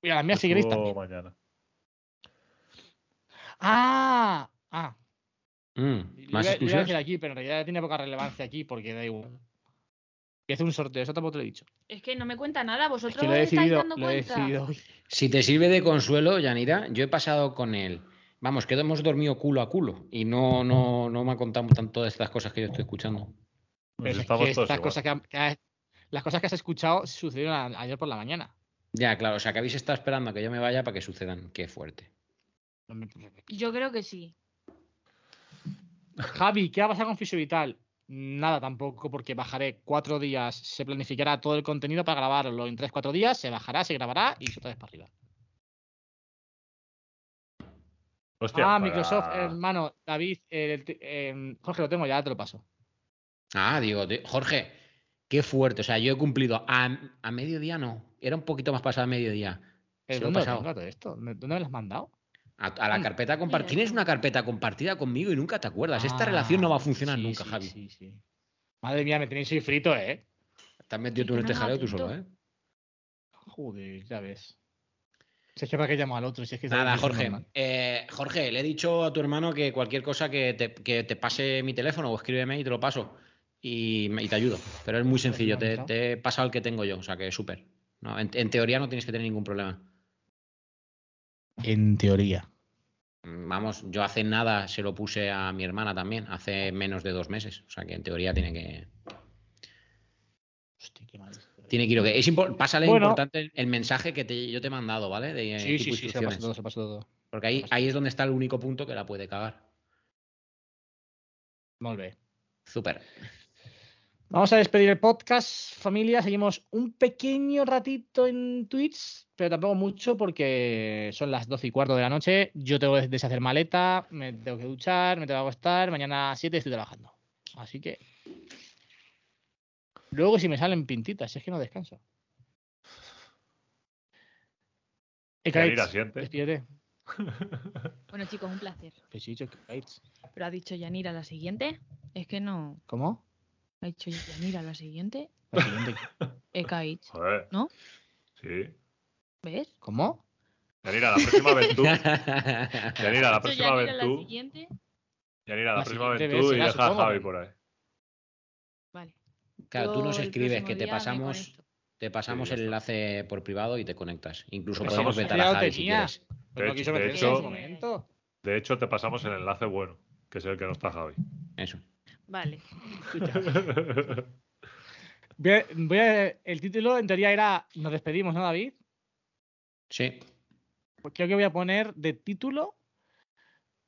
Y a las mías si queréis Subo también. mañana. ¡Ah! Ah, Yo Mm, iba- ¿Más yo iba a excusas? decir aquí, pero en realidad tiene poca relevancia aquí porque da igual. Que hace un sorteo, eso tampoco te lo he dicho. Es que no me cuenta nada, Es vosotros que lo he os estáis decidido, dando lo he cuenta. decidido hoy. Si te sirve de consuelo, Yanira, yo he pasado con él. Vamos, que hemos dormido culo a culo y no, no, no me ha contado tanto de estas cosas que yo estoy escuchando. Pues Pero es que estamos todos estas igual. cosas que, ha- que ha- las cosas que has escuchado sucedieron a- ayer por la mañana. Ya, claro, o sea que habéis estado esperando a que yo me vaya para que sucedan. Qué fuerte. Yo creo que sí. Javi, ¿qué va a pasar con Fisio Vital? Nada tampoco, porque bajaré cuatro días, se planificará todo el contenido para grabarlo en tres, cuatro días, se bajará, se grabará y otra vez para arriba. Hostia, ah, para- Microsoft, hermano, David, eh, el te- em, Jorge, lo tengo ya, te lo paso. Ah, digo, te- Jorge, qué fuerte. O sea, yo he cumplido a, a mediodía, no. Era un poquito más pasado a mediodía. Eh, Se lo he ¿Dónde lo pasado. tengo todo esto? ¿Me- ¿Dónde me lo has mandado? A, a la Anda, carpeta compartida. mira. Tienes una carpeta compartida conmigo y nunca te acuerdas. Esta Ah, relación no va a funcionar sí, nunca, sí, Javi. sí, sí. Madre mía, me tenéis soy frito, ¿eh? Te has metido Y tú en que este no me jaleo tú apunto. solo, ¿eh? Joder, ya ves. Si es que para qué llamo al otro, si es que Nada, es normal. Jorge. Eh, Jorge, le he dicho a tu hermano que cualquier cosa que te, que te pase mi teléfono o escríbeme y te lo paso. Y, me- y te ayudo. Pero es Pues muy sencillo. Te, te he pasado el que tengo yo. O sea que es súper. No, en, en teoría no tienes que tener ningún problema. En teoría. Mm, Vamos, yo hace nada se lo puse a mi hermana también. Hace menos de dos meses. O sea que en teoría tiene que. Hostia, qué mal. estoy. Tiene que ir. ok. Es impor- pásale Bueno. importante el mensaje que te- yo te he mandado, ¿vale? De eh, Sí, tipo sí, sí, se lo paso instrucciones. todo, se lo paso todo. Porque ahí, ahí es donde está el único punto que la puede cagar. Molt bé. Súper. Vamos a despedir el podcast, familia. Seguimos un pequeño ratito en Twitch, pero tampoco mucho porque son las 12 y cuarto de la noche. Yo tengo que deshacer maleta, me tengo que duchar, me tengo que acostar. Mañana a 7 estoy trabajando. Así que. Luego, si me salen pintitas, si es que no descanso. Pedir Ekaitz, asiente. despídete. Bueno, chicos, un placer. Pues sí, yo- Ekaitz. Pero ha dicho Yanira la siguiente. Es que no. ¿Cómo? Ha dicho Yanira la siguiente. La siguiente. Ekaich. Joder. ¿No? Sí. ¿Ves? ¿Cómo? Yanira, la próxima vez tú. Yanira, la Ha dicho próxima vez Yanira la tú. siguiente. Yanira, la La próxima vez siguiente tú vez y será, deja a supongo, Javi ¿no? por ahí. Vale. Claro, tú Yo nos el escribes próximo que te día me pasamos, conecto. te pasamos Sí, ya el está. enlace por privado y te conectas. Incluso Te podemos pasamos- vetar Ya a lo Javi si tenía. quieres. Pues no De quiso hecho- de meterse en hecho- ese momento. De hecho, te pasamos el enlace bueno, que es el que no está Javi. Eso. Vale. Voy a- voy a- el título en teoría era Nos despedimos, ¿no, David? Sí. Pues creo que voy a poner de título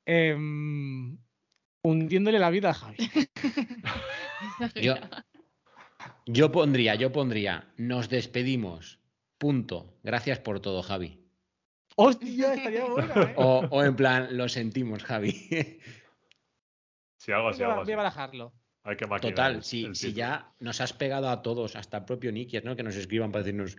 em, Hundiéndole la vida a Javi. Yo, yo pondría, yo pondría, nos despedimos. Punto. Gracias por todo, Javi. ¡Hostia! Estaría bueno, ¿eh? O, o en plan, lo sentimos, Javi. Si algo así, voy, a, algo voy así. a barajarlo. Hay que maquinar. Total, el- si, el si título. ya nos has pegado a todos, hasta el propio Nikias, ¿no? Que nos escriban para decirnos.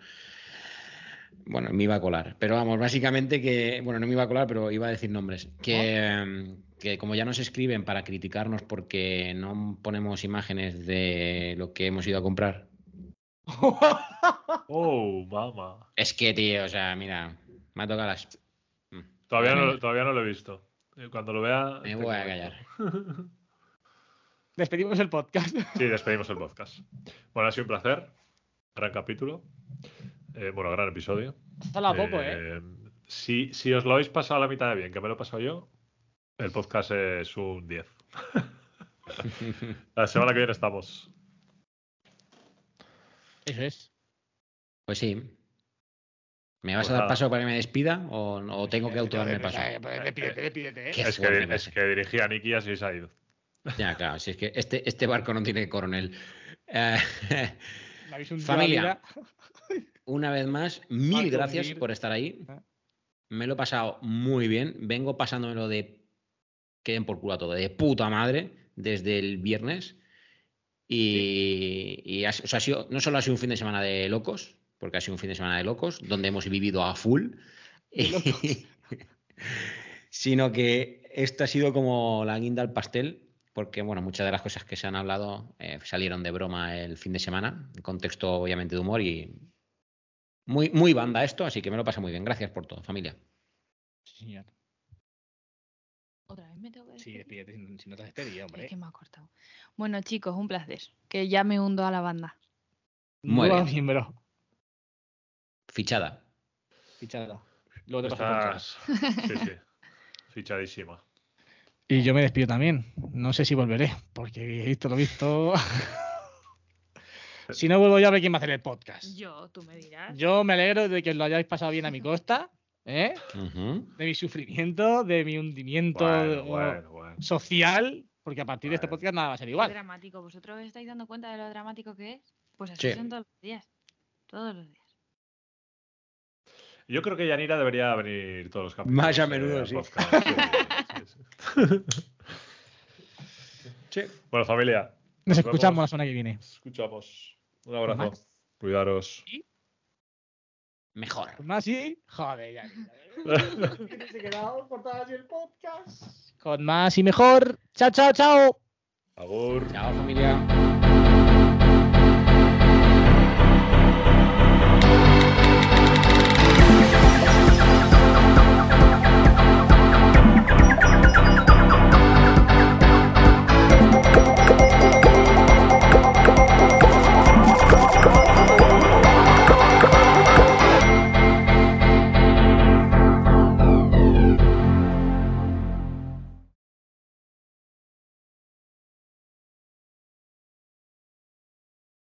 Bueno, me iba a colar. Pero vamos, básicamente que. Bueno, no me iba a colar, pero iba a decir nombres. Que, mm, que como ya nos escriben para criticarnos porque no ponemos imágenes de lo que hemos ido a comprar. Oh, mamá. Es que, tío, o sea, mira, me ha tocado las. Mm. Todavía no, todavía no lo he visto. Eh, Cuando lo vea. Me te voy a comento. callar. Despedimos el podcast. Sí, despedimos el podcast. Bueno, ha sido un placer. Gran capítulo. Eh, bueno, gran episodio. Solo a poco, ¿eh? Eh, Si, si os lo habéis pasado a la mitad de bien, que me lo he pasado yo, el podcast es un 10. La semana que viene estamos. Eso es. Pues sí. ¿Me vas Pues a dar nada. paso para que me despida o, o tengo que autodarme paso? Despídete, despídete, ¿eh? Qué Es que, fuerte di- me es hace. que dirigí a Nicky y así se ha ido. Ya, claro, si es que este, este barco no tiene coronel. Eh, Me habéis hundido Familia. la vida. una vez más, mil Barco gracias hundir. por estar ahí. Ah. Me lo he pasado muy bien. Vengo pasándomelo de. Queden por culo a todo, de puta madre, desde el viernes. Y, y ha- o sea, ha sido- no solo ha sido un fin de semana de locos, porque ha sido un fin de semana de locos, donde hemos vivido a full, sino que esto ha sido como la guinda al pastel, porque bueno, muchas de las cosas que se han hablado eh, salieron de broma el fin de semana, en contexto obviamente de humor y muy, muy banda esto, así que me lo pasa muy bien. Gracias por todo, familia. Sí, señor. Otra vez me tengo que Sí, despedir? despídete, si no- si no te has despedido, hombre. Es que me ha cortado. Bueno, chicos, un placer. Que ya me hundo a la banda. Muy Nuevo bien. miembro. Fichada. Fichada. Luego te paso el contrato. Estás... Sí, sí. Fichadísima. Y yo me despido también. No sé si volveré, porque visto lo visto. Si no vuelvo yo, a ver quién va a hacer el podcast. Yo, tú me dirás. Yo me alegro de que os lo hayáis pasado bien a mi costa, ¿eh? Ujú. de mi sufrimiento, de mi hundimiento Bueno, o- bueno, bueno. social, porque a partir de este Bueno. podcast nada va a ser Qué igual. dramático. ¿Vosotros os estáis dando cuenta de lo dramático que es? Pues así Sí. son todos los días. Todos los días. Yo creo que Yanira debería venir todos los capítulos. Más a menudo, al sí. podcast. Sí, sí, sí. Bueno, familia, Nos Nos vemos. escuchamos la semana que viene. escuchamos. Un abrazo. Cuidaros. Mejor. Pues más y. Joder, ya. Se quedaba cortado así el podcast. Con más y mejor. Chao, chao, chao. Agur. Chao, familia.